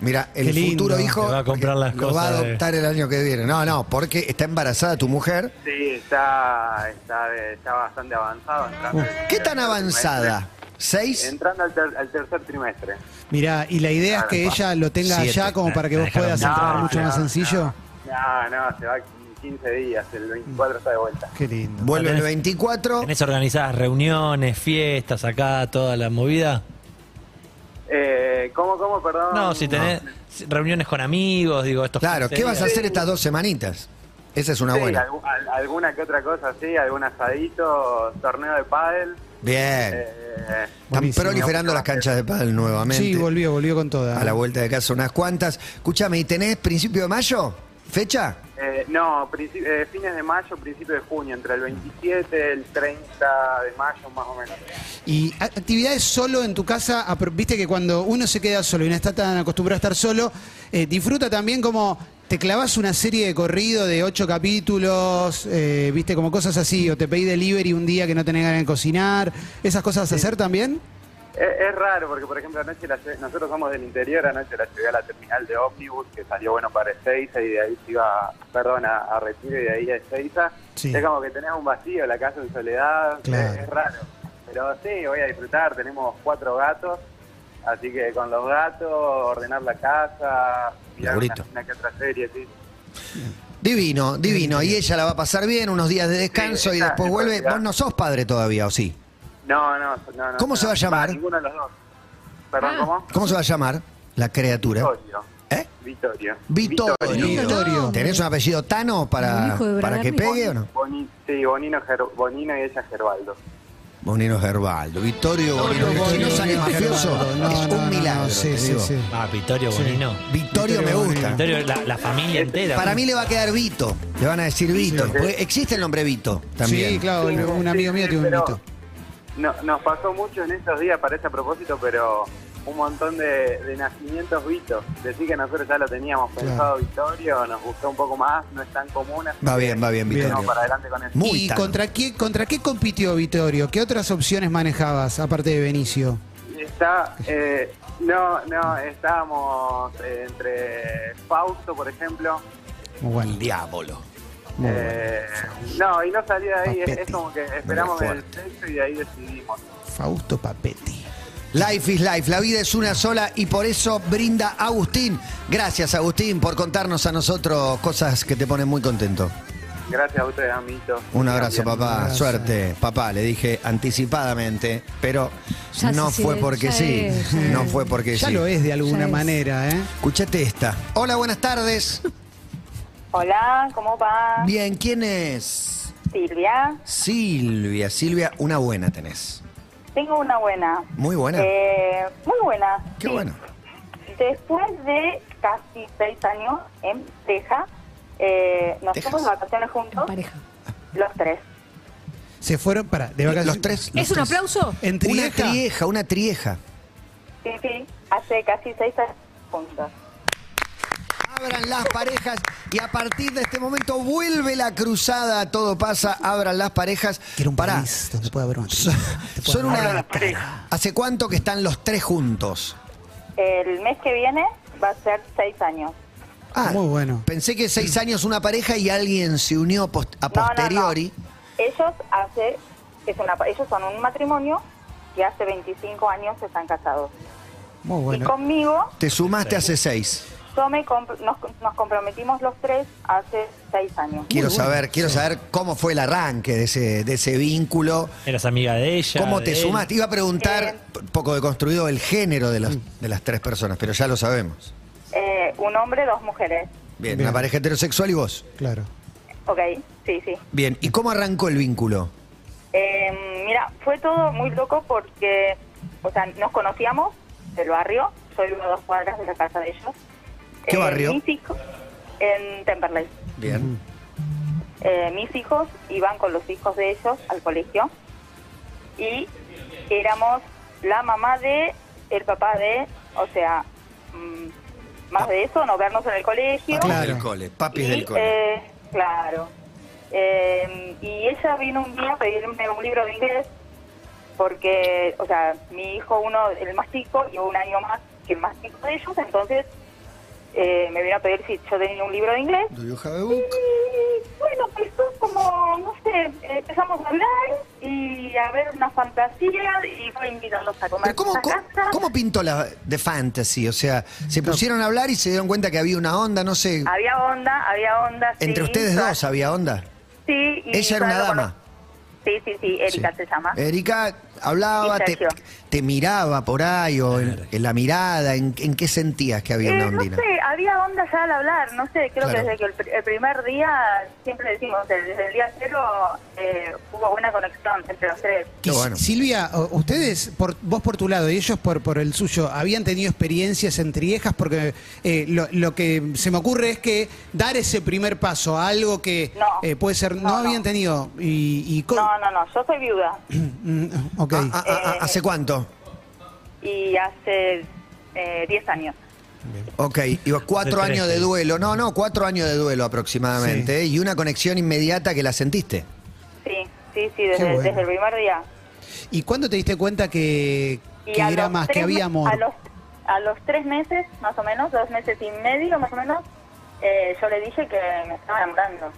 [SPEAKER 3] Mira, el
[SPEAKER 4] Qué lindo.
[SPEAKER 3] futuro hijo
[SPEAKER 5] Te va a comprar las
[SPEAKER 3] lo va a
[SPEAKER 5] cosas de-
[SPEAKER 3] adoptar el año que viene. No, no, porque está embarazada tu mujer.
[SPEAKER 7] Sí, está, está, de- está bastante avanzado. entrando al
[SPEAKER 3] ¿Qué
[SPEAKER 7] tercer
[SPEAKER 3] tan avanzada?
[SPEAKER 7] trimestre.
[SPEAKER 3] ¿Seis?
[SPEAKER 7] Entrando al, ter- al tercer trimestre.
[SPEAKER 4] Mirá, y la idea es que ella lo tenga
[SPEAKER 3] Siete.
[SPEAKER 4] allá como para que
[SPEAKER 5] La
[SPEAKER 4] vos
[SPEAKER 5] dejaron
[SPEAKER 4] puedas
[SPEAKER 5] bien.
[SPEAKER 4] entrar
[SPEAKER 7] No,
[SPEAKER 4] mucho
[SPEAKER 7] no,
[SPEAKER 4] más sencillo.
[SPEAKER 7] No, no, se va 15 días, el
[SPEAKER 3] Mm.
[SPEAKER 7] 24 está de vuelta.
[SPEAKER 4] Qué lindo.
[SPEAKER 3] Vuelve el
[SPEAKER 5] Tenés-
[SPEAKER 3] 24.
[SPEAKER 5] ¿Tenés organizadas reuniones, fiestas acá, toda la movida?
[SPEAKER 7] Eh, ¿Cómo, cómo, perdón?
[SPEAKER 5] No, si tenés reuniones con amigos, digo, estos
[SPEAKER 3] Claro,
[SPEAKER 5] 15
[SPEAKER 3] ¿qué vas a
[SPEAKER 5] días.
[SPEAKER 3] hacer estas dos semanitas? Esa es una
[SPEAKER 7] Sí,
[SPEAKER 3] buena.
[SPEAKER 7] algu- al- alguna que otra cosa, sí, algún asadito, torneo de pádel.
[SPEAKER 3] Bien.
[SPEAKER 7] eh,
[SPEAKER 3] Están
[SPEAKER 4] buenísimo.
[SPEAKER 3] proliferando las canchas de pádel nuevamente.
[SPEAKER 4] Sí, volvió, volvió con toda.
[SPEAKER 3] A la vuelta de casa unas cuantas. Escúchame, ¿y tenés principio de mayo? ¿Fecha?
[SPEAKER 7] eh, no, princi- eh, fines de mayo, principio de junio, entre el 27 y el 30 de mayo más o menos.
[SPEAKER 4] Y a- actividades solo en tu casa, apro- viste que cuando uno se queda solo y no está tan acostumbrado a estar solo, eh, disfruta también como te clavas una serie de corrido de ocho capítulos, eh, viste como cosas así, o te pedí delivery un día que no tenés ganas de cocinar, esas cosas a hacer también.
[SPEAKER 7] Es, es raro porque, por ejemplo, anoche la lle- nosotros somos del interior, anoche la llevé a la terminal de ómnibus que salió bueno para Ezeiza y de ahí se iba, perdón, a, a Retiro y de ahí a Ezeiza.
[SPEAKER 4] Sí.
[SPEAKER 7] Es como que tenés un vacío, la casa en soledad,
[SPEAKER 4] Claro.
[SPEAKER 7] es, es raro. Pero sí, voy a disfrutar, tenemos cuatro gatos, así que con los gatos, ordenar la casa, mirar una,
[SPEAKER 3] Laburito.
[SPEAKER 7] una que otra serie, sí.
[SPEAKER 3] Divino, divino. Y ella la va a pasar bien, unos días de descanso y
[SPEAKER 7] está,
[SPEAKER 3] después
[SPEAKER 7] en
[SPEAKER 3] vuelve.
[SPEAKER 7] realidad.
[SPEAKER 3] Vos no sos padre todavía, ¿o sí?
[SPEAKER 7] No, no, no, no.
[SPEAKER 3] ¿Cómo
[SPEAKER 7] no,
[SPEAKER 3] se va a llamar?
[SPEAKER 7] Ninguno de los dos. Perdón,
[SPEAKER 6] Ah.
[SPEAKER 7] ¿cómo?
[SPEAKER 3] ¿Cómo se va a llamar la criatura?
[SPEAKER 7] Osorio.
[SPEAKER 3] ¿Eh?
[SPEAKER 8] Vittorio.
[SPEAKER 3] Vittorio.
[SPEAKER 4] Vittorio.
[SPEAKER 3] ¿Tenés un apellido Tano
[SPEAKER 6] El
[SPEAKER 3] para,
[SPEAKER 6] hijo de
[SPEAKER 3] para que
[SPEAKER 6] Bragarni.
[SPEAKER 3] pegue o no?
[SPEAKER 8] Boni- sí, Bonino, Ger- Bonino y ella Gerbaldo.
[SPEAKER 3] Bonino Gerbaldo, Vittorio Bonino. Si no sale mafioso, es un milagro.
[SPEAKER 4] Sí,
[SPEAKER 3] te
[SPEAKER 4] sí,
[SPEAKER 3] digo.
[SPEAKER 4] sí.
[SPEAKER 5] Ah, Vittorio Bonino.
[SPEAKER 3] Vittorio me gusta. Eh,
[SPEAKER 5] Vittorio, la, la familia entera.
[SPEAKER 3] Para mí le va a quedar Vito. Le van a decir Vito.
[SPEAKER 8] Sí.
[SPEAKER 3] porque existe el nombre Vito también.
[SPEAKER 4] Sí, claro, un- un amigo mío tiene un
[SPEAKER 8] Pero
[SPEAKER 4] mito.
[SPEAKER 8] No, nos pasó mucho en estos días para este propósito, pero un montón de, de nacimientos Vito. Decir que nosotros ya lo teníamos pensado Vittorio, nos gustó un poco más, no es tan común. así
[SPEAKER 3] Va
[SPEAKER 8] que
[SPEAKER 3] bien, va bien,
[SPEAKER 8] vamos
[SPEAKER 3] Vittorio.
[SPEAKER 8] para adelante con eso.
[SPEAKER 3] Muy
[SPEAKER 4] ¿Y
[SPEAKER 3] Tano.
[SPEAKER 4] contra qué, contra qué compitió Vittorio? ¿Qué otras opciones manejabas, aparte de Benicio?
[SPEAKER 8] Está, eh, no, no, estábamos eh, entre Fausto, por ejemplo.
[SPEAKER 4] Muy bueno.
[SPEAKER 3] Diablo. Oh,
[SPEAKER 4] Muy bueno.
[SPEAKER 8] eh, no, y no salía de ahí, es, es como que esperamos
[SPEAKER 3] Muy
[SPEAKER 8] el sexo y de ahí decidimos.
[SPEAKER 4] Fausto Papetti.
[SPEAKER 3] Life is life, la vida es una sola y por eso brinda Agustín. Gracias Agustín por contarnos a nosotros cosas que te ponen muy contento.
[SPEAKER 8] Gracias a ustedes, amiguitos.
[SPEAKER 3] Un abrazo papá,
[SPEAKER 4] abrazo.
[SPEAKER 3] suerte papá, le dije anticipadamente, pero
[SPEAKER 6] Ya
[SPEAKER 3] no
[SPEAKER 6] sí,
[SPEAKER 3] fue
[SPEAKER 6] sí,
[SPEAKER 3] porque
[SPEAKER 6] ya
[SPEAKER 3] sí,
[SPEAKER 6] es, ya
[SPEAKER 3] no
[SPEAKER 6] es.
[SPEAKER 3] fue porque
[SPEAKER 4] Ya
[SPEAKER 3] sí.
[SPEAKER 4] lo es de alguna
[SPEAKER 6] Ya es.
[SPEAKER 4] manera, ¿eh?
[SPEAKER 3] Escuchate esta. Hola, buenas tardes.
[SPEAKER 12] Hola, ¿cómo va?
[SPEAKER 3] Bien, ¿quién es?
[SPEAKER 12] Silvia.
[SPEAKER 3] Silvia, Silvia, una buena tenés.
[SPEAKER 12] Tengo una buena.
[SPEAKER 3] Muy buena.
[SPEAKER 12] Eh, muy buena.
[SPEAKER 3] Qué
[SPEAKER 12] sí.
[SPEAKER 3] bueno.
[SPEAKER 12] Después de casi seis años en Texas, eh, nos
[SPEAKER 3] Texas.
[SPEAKER 12] fuimos de vacaciones
[SPEAKER 6] En
[SPEAKER 12] juntos,
[SPEAKER 6] pareja.
[SPEAKER 12] los tres.
[SPEAKER 4] Se fueron para de vacaciones.
[SPEAKER 3] Los tres. los
[SPEAKER 6] ¿Es un
[SPEAKER 3] tres.
[SPEAKER 6] aplauso?
[SPEAKER 4] En
[SPEAKER 3] Una
[SPEAKER 4] Trieja.
[SPEAKER 3] trieja, una trieja.
[SPEAKER 12] Sí, sí, hace casi seis años juntos.
[SPEAKER 3] Abran las parejas y a partir de este momento vuelve la cruzada. Todo pasa, abran las parejas.
[SPEAKER 4] Quiero un
[SPEAKER 3] Pará,
[SPEAKER 4] país donde pueda haber un
[SPEAKER 3] so- Son una. ¿Hace cuánto que están los tres juntos?
[SPEAKER 12] El mes que viene va a ser seis años.
[SPEAKER 4] Muy bueno.
[SPEAKER 3] Ah, Pensé que seis años una pareja y alguien se unió post- a
[SPEAKER 12] No, no, no.
[SPEAKER 3] posteriori.
[SPEAKER 12] Ellos hace, es una, ellos son un matrimonio que hace 25 años están casados.
[SPEAKER 4] Muy
[SPEAKER 12] Y
[SPEAKER 4] bueno.
[SPEAKER 12] conmigo
[SPEAKER 3] Te sumaste hace seis.
[SPEAKER 12] Yo me comp- nos, nos comprometimos los tres hace seis años.
[SPEAKER 3] Quiero
[SPEAKER 4] Muy bueno.
[SPEAKER 3] saber, quiero saber cómo fue el arranque de ese, de ese vínculo.
[SPEAKER 5] Eras amiga de ella.
[SPEAKER 3] ¿Cómo
[SPEAKER 5] de
[SPEAKER 3] te
[SPEAKER 5] él.
[SPEAKER 3] sumaste? Iba a
[SPEAKER 12] Eh,
[SPEAKER 3] preguntar, un poco deconstruido, el género de las,
[SPEAKER 4] Mm.
[SPEAKER 3] de las tres personas, pero ya lo sabemos.
[SPEAKER 12] Eh, un hombre, dos mujeres.
[SPEAKER 3] Bien,
[SPEAKER 4] Bien.
[SPEAKER 3] una pareja heterosexual y vos.
[SPEAKER 4] Claro.
[SPEAKER 12] Ok, sí, sí.
[SPEAKER 3] Bien, ¿y cómo arrancó el vínculo?
[SPEAKER 12] Eh, mira, fue todo muy loco porque, o sea, nos conocíamos del barrio. Soy uno o dos cuadras de la casa de ellos.
[SPEAKER 3] ¿Qué barrio?
[SPEAKER 12] Mis hijos, en Temperley.
[SPEAKER 3] Bien.
[SPEAKER 12] Eh, mis hijos iban con los hijos de ellos al colegio y éramos la mamá de, el papá de, o sea, mm, más de eso, no vernos en el colegio.
[SPEAKER 3] Papis
[SPEAKER 4] Claro.
[SPEAKER 3] del cole, papis
[SPEAKER 12] Y,
[SPEAKER 3] del cole.
[SPEAKER 12] eh, claro. Eh, y ella vino un día a pedirme un libro de inglés porque, o sea, mi hijo, uno, el más chico, y un año más que el más chico de ellos, entonces eh, me vino a pedir si yo tenía un libro de inglés.
[SPEAKER 3] Do you have a book?
[SPEAKER 12] Y bueno, empezó como, no sé, empezamos a hablar y a ver una fantasía y fue invitándonos a comer
[SPEAKER 3] Pero ¿cómo,
[SPEAKER 12] a
[SPEAKER 3] cómo-
[SPEAKER 12] casa.
[SPEAKER 3] cómo pintó la de fantasy? O sea, se pusieron a hablar y se dieron cuenta que había una onda, no sé.
[SPEAKER 12] Había onda, había onda.
[SPEAKER 3] Entre
[SPEAKER 12] sí,
[SPEAKER 3] ustedes
[SPEAKER 12] o sea,
[SPEAKER 3] dos había onda.
[SPEAKER 12] Sí, y
[SPEAKER 3] Ella era una
[SPEAKER 12] todavía lo
[SPEAKER 3] dama.
[SPEAKER 12] conoz- Sí, sí, sí, Erika
[SPEAKER 3] Sí.
[SPEAKER 12] se llama.
[SPEAKER 3] Erika hablaba,
[SPEAKER 12] Y
[SPEAKER 3] te,
[SPEAKER 12] Sergio.
[SPEAKER 3] te miraba por ahí o en, en la mirada, en, en qué sentías que había
[SPEAKER 12] Eh,
[SPEAKER 3] una
[SPEAKER 12] no
[SPEAKER 3] ondina?
[SPEAKER 12] sé, había onda ya al hablar, no sé, creo
[SPEAKER 3] Claro.
[SPEAKER 12] que desde que el, pr- el primer día, siempre decimos, desde el día cero eh, hubo buena conexión entre los tres.
[SPEAKER 3] Qué
[SPEAKER 4] Y
[SPEAKER 3] bueno.
[SPEAKER 4] Silvia, o- ustedes, por, vos por tu lado y ellos por, por el suyo, ¿habían tenido experiencias en Triejas? Porque eh, lo, lo que se me ocurre es que dar ese primer paso a algo que
[SPEAKER 12] No.
[SPEAKER 4] eh, puede ser. No,
[SPEAKER 12] No, no.
[SPEAKER 4] habían tenido. Y, y co-
[SPEAKER 12] No, no, no, yo soy viuda
[SPEAKER 4] Mm, ok.
[SPEAKER 3] Ah, ah, ah, ah, ¿Hace cuánto?
[SPEAKER 12] y hace eh, 10 años.
[SPEAKER 3] Ok, y vos cuatro
[SPEAKER 5] Hace tres,
[SPEAKER 3] años de
[SPEAKER 5] sí.
[SPEAKER 3] duelo. No, no, cuatro años de duelo aproximadamente. ¿eh? Y una conexión inmediata que la sentiste.
[SPEAKER 12] Sí, sí, sí, desde,
[SPEAKER 4] Qué bueno.
[SPEAKER 12] desde el primer día.
[SPEAKER 4] ¿Y cuándo te diste cuenta que,
[SPEAKER 12] Eh, Y
[SPEAKER 4] que
[SPEAKER 12] a
[SPEAKER 4] era
[SPEAKER 12] los
[SPEAKER 4] más, que
[SPEAKER 12] tres
[SPEAKER 4] había
[SPEAKER 12] me-
[SPEAKER 4] amor?
[SPEAKER 12] A los, a los tres meses, más o menos, dos meses y medio, más o menos, eh, yo le dije que me estaba enamorando.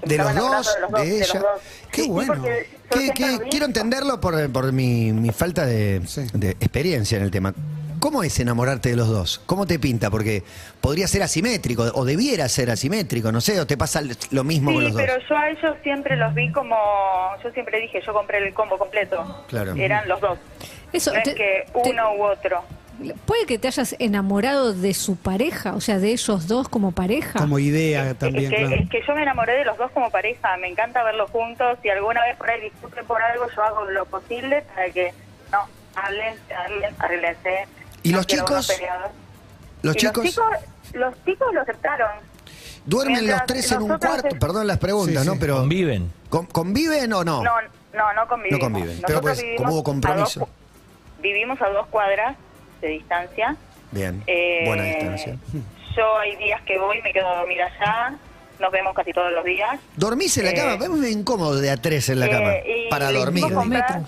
[SPEAKER 12] Que me
[SPEAKER 3] De los
[SPEAKER 12] estaba enamorando
[SPEAKER 3] dos,
[SPEAKER 12] los
[SPEAKER 3] de
[SPEAKER 12] los
[SPEAKER 3] ella.
[SPEAKER 12] dos.
[SPEAKER 3] Qué
[SPEAKER 12] Sí,
[SPEAKER 3] bueno.
[SPEAKER 12] porque yo
[SPEAKER 3] Qué-
[SPEAKER 12] siempre
[SPEAKER 3] qué-
[SPEAKER 12] lo vi.
[SPEAKER 3] quiero entenderlo por, por mi, mi falta de,
[SPEAKER 4] Sí.
[SPEAKER 3] de experiencia en el tema. ¿Cómo es enamorarte de los dos? ¿Cómo te pinta? Porque podría ser asimétrico, o debiera ser asimétrico, no sé, o te pasa lo mismo con
[SPEAKER 12] Sí,
[SPEAKER 3] los dos.
[SPEAKER 12] pero yo a ellos siempre los vi como. Yo siempre dije, yo compré el combo completo.
[SPEAKER 3] Claro.
[SPEAKER 12] Eran los dos.
[SPEAKER 6] Eso,
[SPEAKER 12] no
[SPEAKER 6] te-
[SPEAKER 12] es que
[SPEAKER 6] te-
[SPEAKER 12] uno u otro.
[SPEAKER 6] puede que te hayas enamorado de su pareja, o sea, de ellos dos como pareja.
[SPEAKER 4] Como idea
[SPEAKER 12] es,
[SPEAKER 4] también,
[SPEAKER 12] Eh, que,
[SPEAKER 4] claro.
[SPEAKER 12] es que yo me enamoré de los dos como pareja, me encanta verlos juntos. Si alguna vez por ahí discuten por algo, yo hago lo posible para que no hablen, hablen, arreglense.
[SPEAKER 3] ¿Y
[SPEAKER 12] No
[SPEAKER 3] los
[SPEAKER 12] quiero
[SPEAKER 3] chicos?
[SPEAKER 12] unos peleados.
[SPEAKER 3] Los
[SPEAKER 12] Y
[SPEAKER 3] chicos,
[SPEAKER 12] los chicos, los chicos lo aceptaron.
[SPEAKER 3] duermen los
[SPEAKER 12] mientras
[SPEAKER 3] tres en un
[SPEAKER 12] nosotros
[SPEAKER 3] cuarto.
[SPEAKER 12] es-
[SPEAKER 3] Perdón las preguntas,
[SPEAKER 4] Sí, sí.
[SPEAKER 3] ¿no? Pero
[SPEAKER 5] Conviven.
[SPEAKER 3] ¿con- ¿Conviven o no?
[SPEAKER 12] No, no, no convivimos.
[SPEAKER 3] No conviven, pero
[SPEAKER 12] Nosotros
[SPEAKER 3] pues, como
[SPEAKER 12] vivimos
[SPEAKER 3] hubo
[SPEAKER 12] a
[SPEAKER 3] compromiso.
[SPEAKER 12] dos cu- vivimos a dos cuadras de distancia.
[SPEAKER 3] Bien.
[SPEAKER 12] Eh,
[SPEAKER 3] Buena distancia.
[SPEAKER 12] Yo hay días que voy, me quedo a dormir allá. Nos vemos casi todos los días.
[SPEAKER 3] ¿Dormís en la
[SPEAKER 12] eh,
[SPEAKER 3] cama? Vemos muy incómodo de a tres en la
[SPEAKER 12] Eh,
[SPEAKER 3] cama.
[SPEAKER 12] y
[SPEAKER 3] Para
[SPEAKER 12] le
[SPEAKER 3] dormir.
[SPEAKER 12] hicimos
[SPEAKER 3] digo.
[SPEAKER 12] comprar-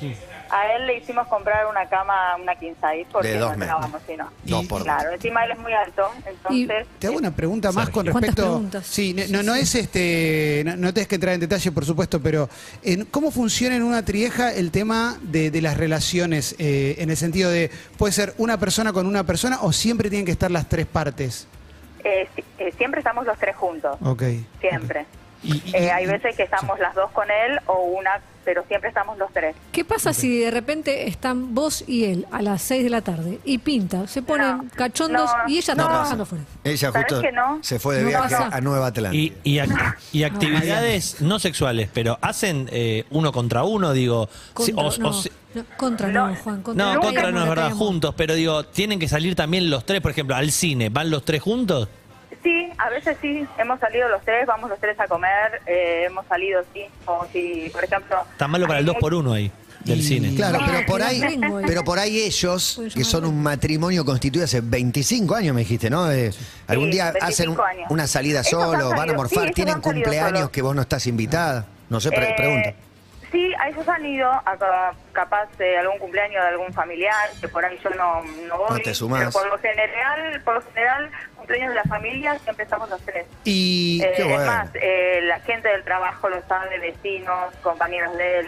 [SPEAKER 12] a él le hicimos comprar una cama, una king size, porque
[SPEAKER 3] De dos
[SPEAKER 12] no
[SPEAKER 3] metros.
[SPEAKER 12] estábamos, sino.
[SPEAKER 3] Dos por
[SPEAKER 12] Claro, encima él es muy alto, entonces.
[SPEAKER 4] Te hago una pregunta más con
[SPEAKER 6] ¿Cuántas
[SPEAKER 4] respecto.
[SPEAKER 6] preguntas?
[SPEAKER 4] Sí, no, no, no es este. No, no tenés que entrar en detalle, por supuesto, pero en, ¿cómo funciona en una trieja el tema de, de las relaciones? eh, en el sentido de, ¿puede ser una persona con una persona o siempre tienen que estar las tres partes?
[SPEAKER 12] eh, si- eh, siempre estamos los tres juntos,
[SPEAKER 4] Ok.
[SPEAKER 12] siempre.
[SPEAKER 4] Y- y-
[SPEAKER 12] Eh, hay veces que estamos las dos con él o una, pero siempre estamos los tres.
[SPEAKER 6] ¿Qué pasa si de repente están vos y él a las 6 de la tarde y pinta, se ponen
[SPEAKER 12] No,
[SPEAKER 6] cachondos
[SPEAKER 12] no,
[SPEAKER 6] y ella
[SPEAKER 12] no.
[SPEAKER 6] está trabajando afuera?
[SPEAKER 3] Ella
[SPEAKER 12] ¿Sabés
[SPEAKER 3] justo
[SPEAKER 12] que no?
[SPEAKER 3] se fue de
[SPEAKER 6] No
[SPEAKER 3] viaje
[SPEAKER 6] pasa.
[SPEAKER 3] a Nueva
[SPEAKER 5] Y,
[SPEAKER 3] Atlántida.
[SPEAKER 5] y ac- y actividades no sexuales, pero hacen eh, uno contra uno, digo. si-
[SPEAKER 6] Contra,
[SPEAKER 5] o- o
[SPEAKER 6] no,
[SPEAKER 5] si-
[SPEAKER 6] no, contra
[SPEAKER 12] No.
[SPEAKER 6] no, Juan. Contra
[SPEAKER 5] no,
[SPEAKER 6] la
[SPEAKER 5] contra
[SPEAKER 6] traemos,
[SPEAKER 5] no es
[SPEAKER 6] la
[SPEAKER 5] verdad,
[SPEAKER 6] traemos.
[SPEAKER 5] juntos, pero digo, tienen que salir también los tres, por ejemplo, al cine, ¿van los tres juntos?
[SPEAKER 12] Sí, a veces sí, hemos salido los tres, vamos los tres a comer, eh, hemos salido, sí, o si, por ejemplo...
[SPEAKER 5] Está malo para el dos por uno ahí, del
[SPEAKER 4] Y-
[SPEAKER 5] cine.
[SPEAKER 3] Claro,
[SPEAKER 6] Ah,
[SPEAKER 3] pero por
[SPEAKER 6] qué
[SPEAKER 3] ahí,
[SPEAKER 6] gringo, eh.
[SPEAKER 3] pero por ahí ellos,
[SPEAKER 6] Pueden
[SPEAKER 3] que son
[SPEAKER 6] llamarlo.
[SPEAKER 3] un matrimonio constituido hace 25 años, me dijiste, ¿no? Eh, algún
[SPEAKER 12] Sí,
[SPEAKER 3] día hacen un-
[SPEAKER 12] 25 años.
[SPEAKER 3] una salida
[SPEAKER 12] Ellos
[SPEAKER 3] solo,
[SPEAKER 12] han
[SPEAKER 3] van a
[SPEAKER 12] salido, sí,
[SPEAKER 3] morfar,
[SPEAKER 12] ellos
[SPEAKER 3] tienen
[SPEAKER 12] han salido
[SPEAKER 3] cumpleaños
[SPEAKER 12] solos.
[SPEAKER 3] que vos no estás invitada. No sé, pre-
[SPEAKER 12] Eh,
[SPEAKER 3] pregunta.
[SPEAKER 12] Sí, a ellos han ido, a ca- capaz de algún cumpleaños de algún familiar, que por ahí yo no, no voy.
[SPEAKER 3] No te sumás.
[SPEAKER 12] Pero por lo general, por lo general, cumpleaños de la familia siempre estamos los tres.
[SPEAKER 4] Y,
[SPEAKER 12] Eh,
[SPEAKER 3] qué bueno.
[SPEAKER 12] Es más, eh, la gente del trabajo lo sabe, vecinos, compañeros de él.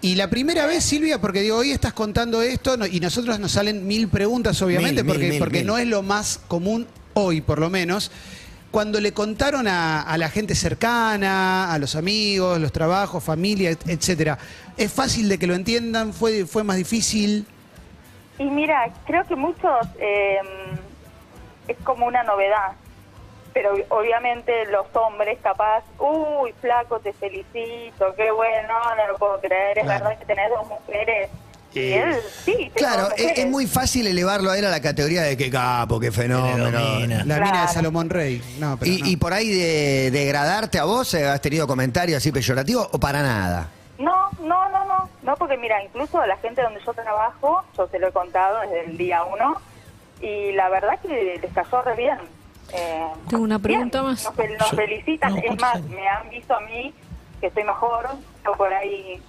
[SPEAKER 4] y la primera vez, Silvia, porque digo, hoy estás contando esto no- y nosotros nos salen mil preguntas, obviamente,
[SPEAKER 3] Mil, mil,
[SPEAKER 4] porque,
[SPEAKER 3] mil,
[SPEAKER 4] porque
[SPEAKER 3] mil.
[SPEAKER 4] no es lo más común hoy, por lo menos. Cuando le contaron a, a la gente cercana, a los amigos, los trabajos, familia, et- etcétera, ¿es fácil de que lo entiendan? ¿Fue, fue más difícil?
[SPEAKER 12] Y mira, creo que muchos eh, es como una novedad, pero obviamente los hombres capaz, uy, flaco, te felicito, qué bueno, no lo puedo creer, es
[SPEAKER 4] Claro.
[SPEAKER 12] verdad que tenés dos mujeres. Y él, sí, tengo
[SPEAKER 3] Claro,
[SPEAKER 12] dos
[SPEAKER 3] es,
[SPEAKER 12] mujeres.
[SPEAKER 3] es muy fácil elevarlo a él a la categoría de qué capo, qué
[SPEAKER 5] domina.
[SPEAKER 3] fenómeno.
[SPEAKER 4] La mina de
[SPEAKER 12] Claro.
[SPEAKER 4] Salomón Rey. No, pero
[SPEAKER 3] Y,
[SPEAKER 4] no.
[SPEAKER 3] y por ahí de, degradarte a vos, eh, ¿has tenido comentarios así peyorativos o para nada?
[SPEAKER 12] No, no, no, no, no, porque mira, incluso a la gente donde yo trabajo, yo se lo he contado desde el día uno, y la verdad que les cayó re bien. Eh,
[SPEAKER 6] Tengo una
[SPEAKER 12] bien.
[SPEAKER 6] pregunta más.
[SPEAKER 12] Nos, fel- nos
[SPEAKER 5] Yo-
[SPEAKER 12] felicitan,
[SPEAKER 5] no,
[SPEAKER 12] es
[SPEAKER 5] ¿cuántos
[SPEAKER 12] más,
[SPEAKER 5] años?
[SPEAKER 12] me han visto a mí que estoy mejor, o por ahí.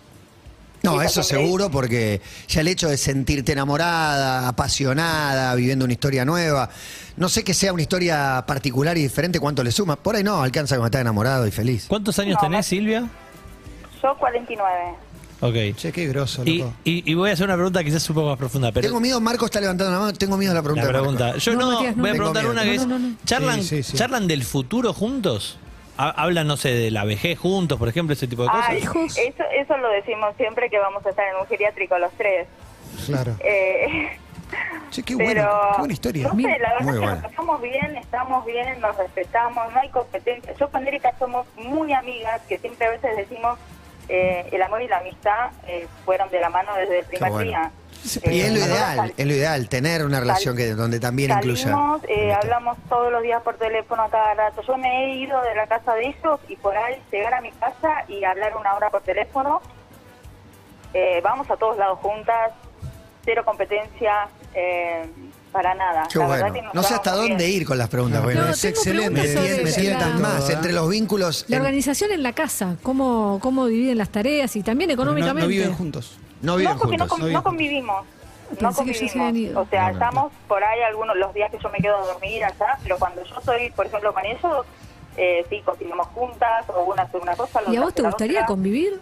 [SPEAKER 3] No,
[SPEAKER 12] Sí,
[SPEAKER 3] eso
[SPEAKER 12] siempre
[SPEAKER 3] seguro, porque ya el hecho de sentirte enamorada, apasionada, viviendo una historia nueva, no sé que sea una historia particular y diferente, cuánto le suma. Por ahí no, alcanza como estar enamorado y feliz.
[SPEAKER 5] ¿Cuántos años
[SPEAKER 12] No,
[SPEAKER 5] tenés,
[SPEAKER 12] más-
[SPEAKER 5] Silvia?
[SPEAKER 12] Yo 49.
[SPEAKER 5] Ok.
[SPEAKER 4] Che, qué grosso,
[SPEAKER 5] Y,
[SPEAKER 4] loco.
[SPEAKER 5] y- y voy a hacer una pregunta quizás un poco más profunda, pero
[SPEAKER 3] Tengo miedo, Marco está levantando la mano, tengo miedo a la pregunta.
[SPEAKER 5] la
[SPEAKER 3] de Marco.
[SPEAKER 5] pregunta. Yo
[SPEAKER 6] No,
[SPEAKER 5] no,
[SPEAKER 6] Matías, no.
[SPEAKER 5] voy a
[SPEAKER 6] Tengo
[SPEAKER 5] preguntar
[SPEAKER 3] miedo.
[SPEAKER 5] una
[SPEAKER 6] No,
[SPEAKER 5] que es,
[SPEAKER 6] no, no, no.
[SPEAKER 5] ¿charlan,
[SPEAKER 4] Sí, sí, sí.
[SPEAKER 5] ¿charlan del futuro juntos? Ha- Hablan, no sé, de la vejez juntos, por ejemplo, ese tipo de cosas.
[SPEAKER 12] Ay,
[SPEAKER 6] hijos?
[SPEAKER 12] eso, eso lo decimos siempre que vamos a estar en un geriátrico los tres.
[SPEAKER 4] Claro.
[SPEAKER 12] Eh,
[SPEAKER 4] Che, qué
[SPEAKER 12] pero
[SPEAKER 4] bueno. Qué buena historia.
[SPEAKER 12] No sé, la verdad
[SPEAKER 3] Muy
[SPEAKER 12] es que
[SPEAKER 3] buena.
[SPEAKER 12] nos pasamos bien, estamos bien, nos respetamos, no hay competencia. Yo con Erika somos muy amigas, que siempre a veces decimos eh, el amor y la amistad eh, fueron de la mano desde el primer
[SPEAKER 3] bueno.
[SPEAKER 12] día.
[SPEAKER 6] Eh,
[SPEAKER 12] Eh,
[SPEAKER 3] Y es lo
[SPEAKER 12] nosotros
[SPEAKER 3] ideal, es lo ideal, tener una relación que, donde también incluya.
[SPEAKER 12] Salimos, eh, hablamos todos los días por teléfono a cada rato. Yo me he ido de la casa de ellos y por ahí llegar a mi casa y hablar una hora por teléfono. Eh, vamos a todos lados juntas, cero competencia, eh, para nada.
[SPEAKER 3] Qué
[SPEAKER 12] La verdad que
[SPEAKER 3] bueno.
[SPEAKER 12] nos
[SPEAKER 3] No sé
[SPEAKER 12] llevamos
[SPEAKER 3] hasta
[SPEAKER 12] bien.
[SPEAKER 3] dónde ir con las preguntas.
[SPEAKER 4] No,
[SPEAKER 3] bueno,
[SPEAKER 4] no,
[SPEAKER 3] es-
[SPEAKER 6] tengo
[SPEAKER 3] me,
[SPEAKER 6] preguntas
[SPEAKER 3] tien-
[SPEAKER 6] sobre
[SPEAKER 3] me
[SPEAKER 6] la-
[SPEAKER 3] tientan más entre los vínculos.
[SPEAKER 6] La
[SPEAKER 3] en-
[SPEAKER 6] organización en la casa, cómo, cómo dividen las tareas y también
[SPEAKER 4] Pero no-
[SPEAKER 6] económicamente.
[SPEAKER 4] no viven juntos.
[SPEAKER 3] no
[SPEAKER 12] No,
[SPEAKER 3] viven
[SPEAKER 12] porque no,
[SPEAKER 3] juntos.
[SPEAKER 12] con-
[SPEAKER 4] no viven
[SPEAKER 12] no convivimos. No
[SPEAKER 6] Pensé que ya se
[SPEAKER 12] convivimos.
[SPEAKER 6] habían ido.
[SPEAKER 12] O sea,
[SPEAKER 3] No, no,
[SPEAKER 12] estamos por ahí algunos los días que yo me quedo a dormir allá, pero cuando yo estoy, por ejemplo, con ellos, eh, sí, cocinamos juntas, o una hace una cosa. la
[SPEAKER 6] ¿Y a
[SPEAKER 12] otra
[SPEAKER 6] vos te
[SPEAKER 12] hace la
[SPEAKER 6] gustaría
[SPEAKER 12] otra.
[SPEAKER 6] convivir?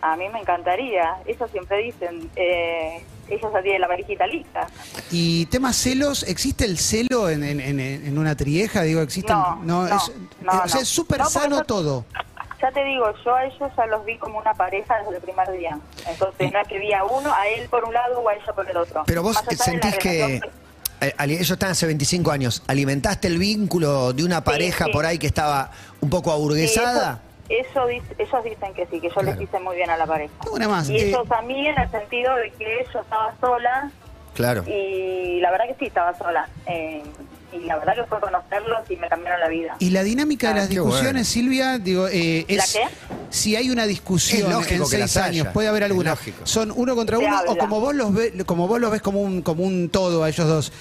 [SPEAKER 12] A mí me encantaría. Eso siempre dicen. Eh, ellos ya tienen la parejita lista.
[SPEAKER 4] Y tema celos, ¿existe el celo en, en- en- en una trieja? Digo, existen.
[SPEAKER 12] No, no,
[SPEAKER 4] es,
[SPEAKER 12] no,
[SPEAKER 4] o sea,
[SPEAKER 12] no.
[SPEAKER 4] es súper
[SPEAKER 12] No, porque
[SPEAKER 4] sano
[SPEAKER 12] eso-
[SPEAKER 4] todo.
[SPEAKER 12] Ya te digo, yo a ellos ya los vi como una pareja desde el primer día. Entonces, no es que vi a uno, a él por un lado o a ella por el otro.
[SPEAKER 3] Pero vos
[SPEAKER 12] Más allá de la
[SPEAKER 3] sentís que,
[SPEAKER 12] relación-
[SPEAKER 3] eh, ali- ellos están hace 25 años, ¿alimentaste el vínculo de una pareja
[SPEAKER 12] sí.
[SPEAKER 3] por ahí que estaba un poco aburguesada?
[SPEAKER 12] Sí, eso, eso dice- ellos dicen que sí, que yo
[SPEAKER 3] Claro.
[SPEAKER 12] les hice muy bien a la pareja.
[SPEAKER 4] Una más,
[SPEAKER 12] Y
[SPEAKER 4] eh.
[SPEAKER 12] ellos a mí en el sentido de que yo estaba sola
[SPEAKER 3] Claro.
[SPEAKER 12] y la verdad que sí, estaba sola. Eh, y la verdad que fue conocerlos y me cambiaron la vida.
[SPEAKER 4] Y la dinámica de
[SPEAKER 12] Ah,
[SPEAKER 4] las
[SPEAKER 3] qué
[SPEAKER 4] discusiones,
[SPEAKER 3] bueno.
[SPEAKER 4] Silvia, digo, eh,
[SPEAKER 12] ¿La
[SPEAKER 4] es
[SPEAKER 12] qué?
[SPEAKER 4] si hay una discusión
[SPEAKER 3] Es lógico
[SPEAKER 4] en
[SPEAKER 3] que las
[SPEAKER 4] seis
[SPEAKER 3] haya.
[SPEAKER 4] años, puede haber
[SPEAKER 3] Es
[SPEAKER 4] alguna.
[SPEAKER 3] lógico.
[SPEAKER 4] Son uno contra
[SPEAKER 12] Se
[SPEAKER 4] uno o
[SPEAKER 12] habla.
[SPEAKER 4] como vos los ves, como vos los ves como un como un todo a ellos dos.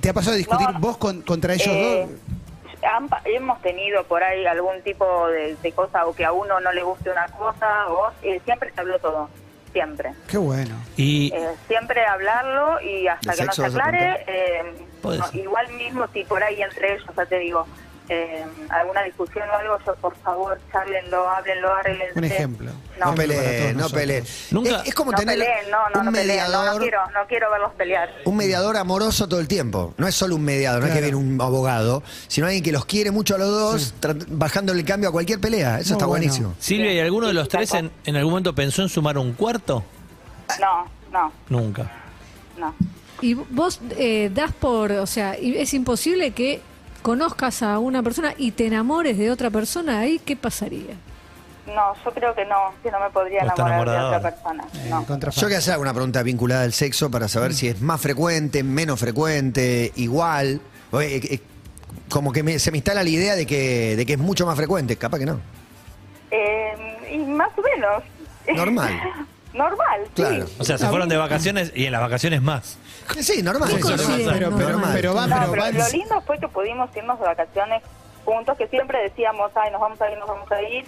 [SPEAKER 4] ¿Te ha pasado a discutir
[SPEAKER 12] No.
[SPEAKER 4] vos con- contra ellos
[SPEAKER 12] Eh,
[SPEAKER 4] dos?
[SPEAKER 12] han pa- hemos tenido por ahí algún tipo de, de cosa o que a uno no le guste una cosa o eh, siempre se habló todo, siempre.
[SPEAKER 4] Qué bueno.
[SPEAKER 5] Y
[SPEAKER 12] Eh, siempre hablarlo y hasta
[SPEAKER 3] ¿De
[SPEAKER 12] que no
[SPEAKER 3] sexo
[SPEAKER 12] se
[SPEAKER 3] vas a
[SPEAKER 12] aclare, eh,
[SPEAKER 5] Puede
[SPEAKER 12] no,
[SPEAKER 5] ser.
[SPEAKER 12] igual mismo si por ahí entre ellos, ya te digo, eh, alguna discusión o algo, yo por favor, chálenlo, háblenlo, arreglense.
[SPEAKER 4] Un ejemplo.
[SPEAKER 3] No,
[SPEAKER 12] No.
[SPEAKER 4] para todos
[SPEAKER 3] peleen, no
[SPEAKER 4] nosotros.
[SPEAKER 3] peleen.
[SPEAKER 5] Nunca-
[SPEAKER 3] Es, es como
[SPEAKER 12] No
[SPEAKER 3] tener
[SPEAKER 12] peleen, no, no,
[SPEAKER 3] un
[SPEAKER 12] no peleen, no,
[SPEAKER 3] mediador,
[SPEAKER 12] no quiero, no quiero verlos pelear.
[SPEAKER 3] un mediador amoroso todo el tiempo. No es solo un mediador, no es que
[SPEAKER 4] Claro.
[SPEAKER 3] viene un abogado, sino alguien que los quiere mucho a los dos, trat- bajándole el cambio a cualquier pelea. Eso
[SPEAKER 4] Muy
[SPEAKER 3] está
[SPEAKER 4] bueno.
[SPEAKER 3] buenísimo.
[SPEAKER 5] Silvia, ¿y alguno de los
[SPEAKER 12] Sí, tal
[SPEAKER 5] tres en,
[SPEAKER 12] cual.
[SPEAKER 5] en algún momento pensó en sumar un cuarto?
[SPEAKER 12] No, no,
[SPEAKER 5] Nunca.
[SPEAKER 12] no.
[SPEAKER 6] Y vos eh, das por, o sea, y es imposible que conozcas a una persona y te enamores de otra persona, ahí qué pasaría.
[SPEAKER 12] No, yo creo que no, que no me podría
[SPEAKER 5] No está
[SPEAKER 12] enamorar de
[SPEAKER 5] enamorada
[SPEAKER 12] otra persona.
[SPEAKER 4] Eh,
[SPEAKER 12] no.
[SPEAKER 4] contra
[SPEAKER 3] Yo que hacer alguna pregunta vinculada al sexo para saber si es más frecuente, menos frecuente, igual. O, eh, eh, como que me- se me instala la idea de que, de que es mucho más frecuente, capaz que no.
[SPEAKER 12] Eh, y más o menos.
[SPEAKER 3] Normal.
[SPEAKER 12] Normal, sí.
[SPEAKER 3] Claro.
[SPEAKER 5] O sea, se fueron de vacaciones y en las vacaciones más.
[SPEAKER 3] Eh, Sí, normal.
[SPEAKER 6] ¿Qué
[SPEAKER 3] eso no
[SPEAKER 6] considera?
[SPEAKER 3] pasa.
[SPEAKER 4] pero, pero,
[SPEAKER 3] Normal.
[SPEAKER 4] pero va,
[SPEAKER 12] No,
[SPEAKER 4] pero,
[SPEAKER 12] pero
[SPEAKER 4] va-
[SPEAKER 12] lo lindo fue que pudimos irnos de vacaciones juntos, que siempre decíamos, ay, nos vamos a ir, nos vamos a ir.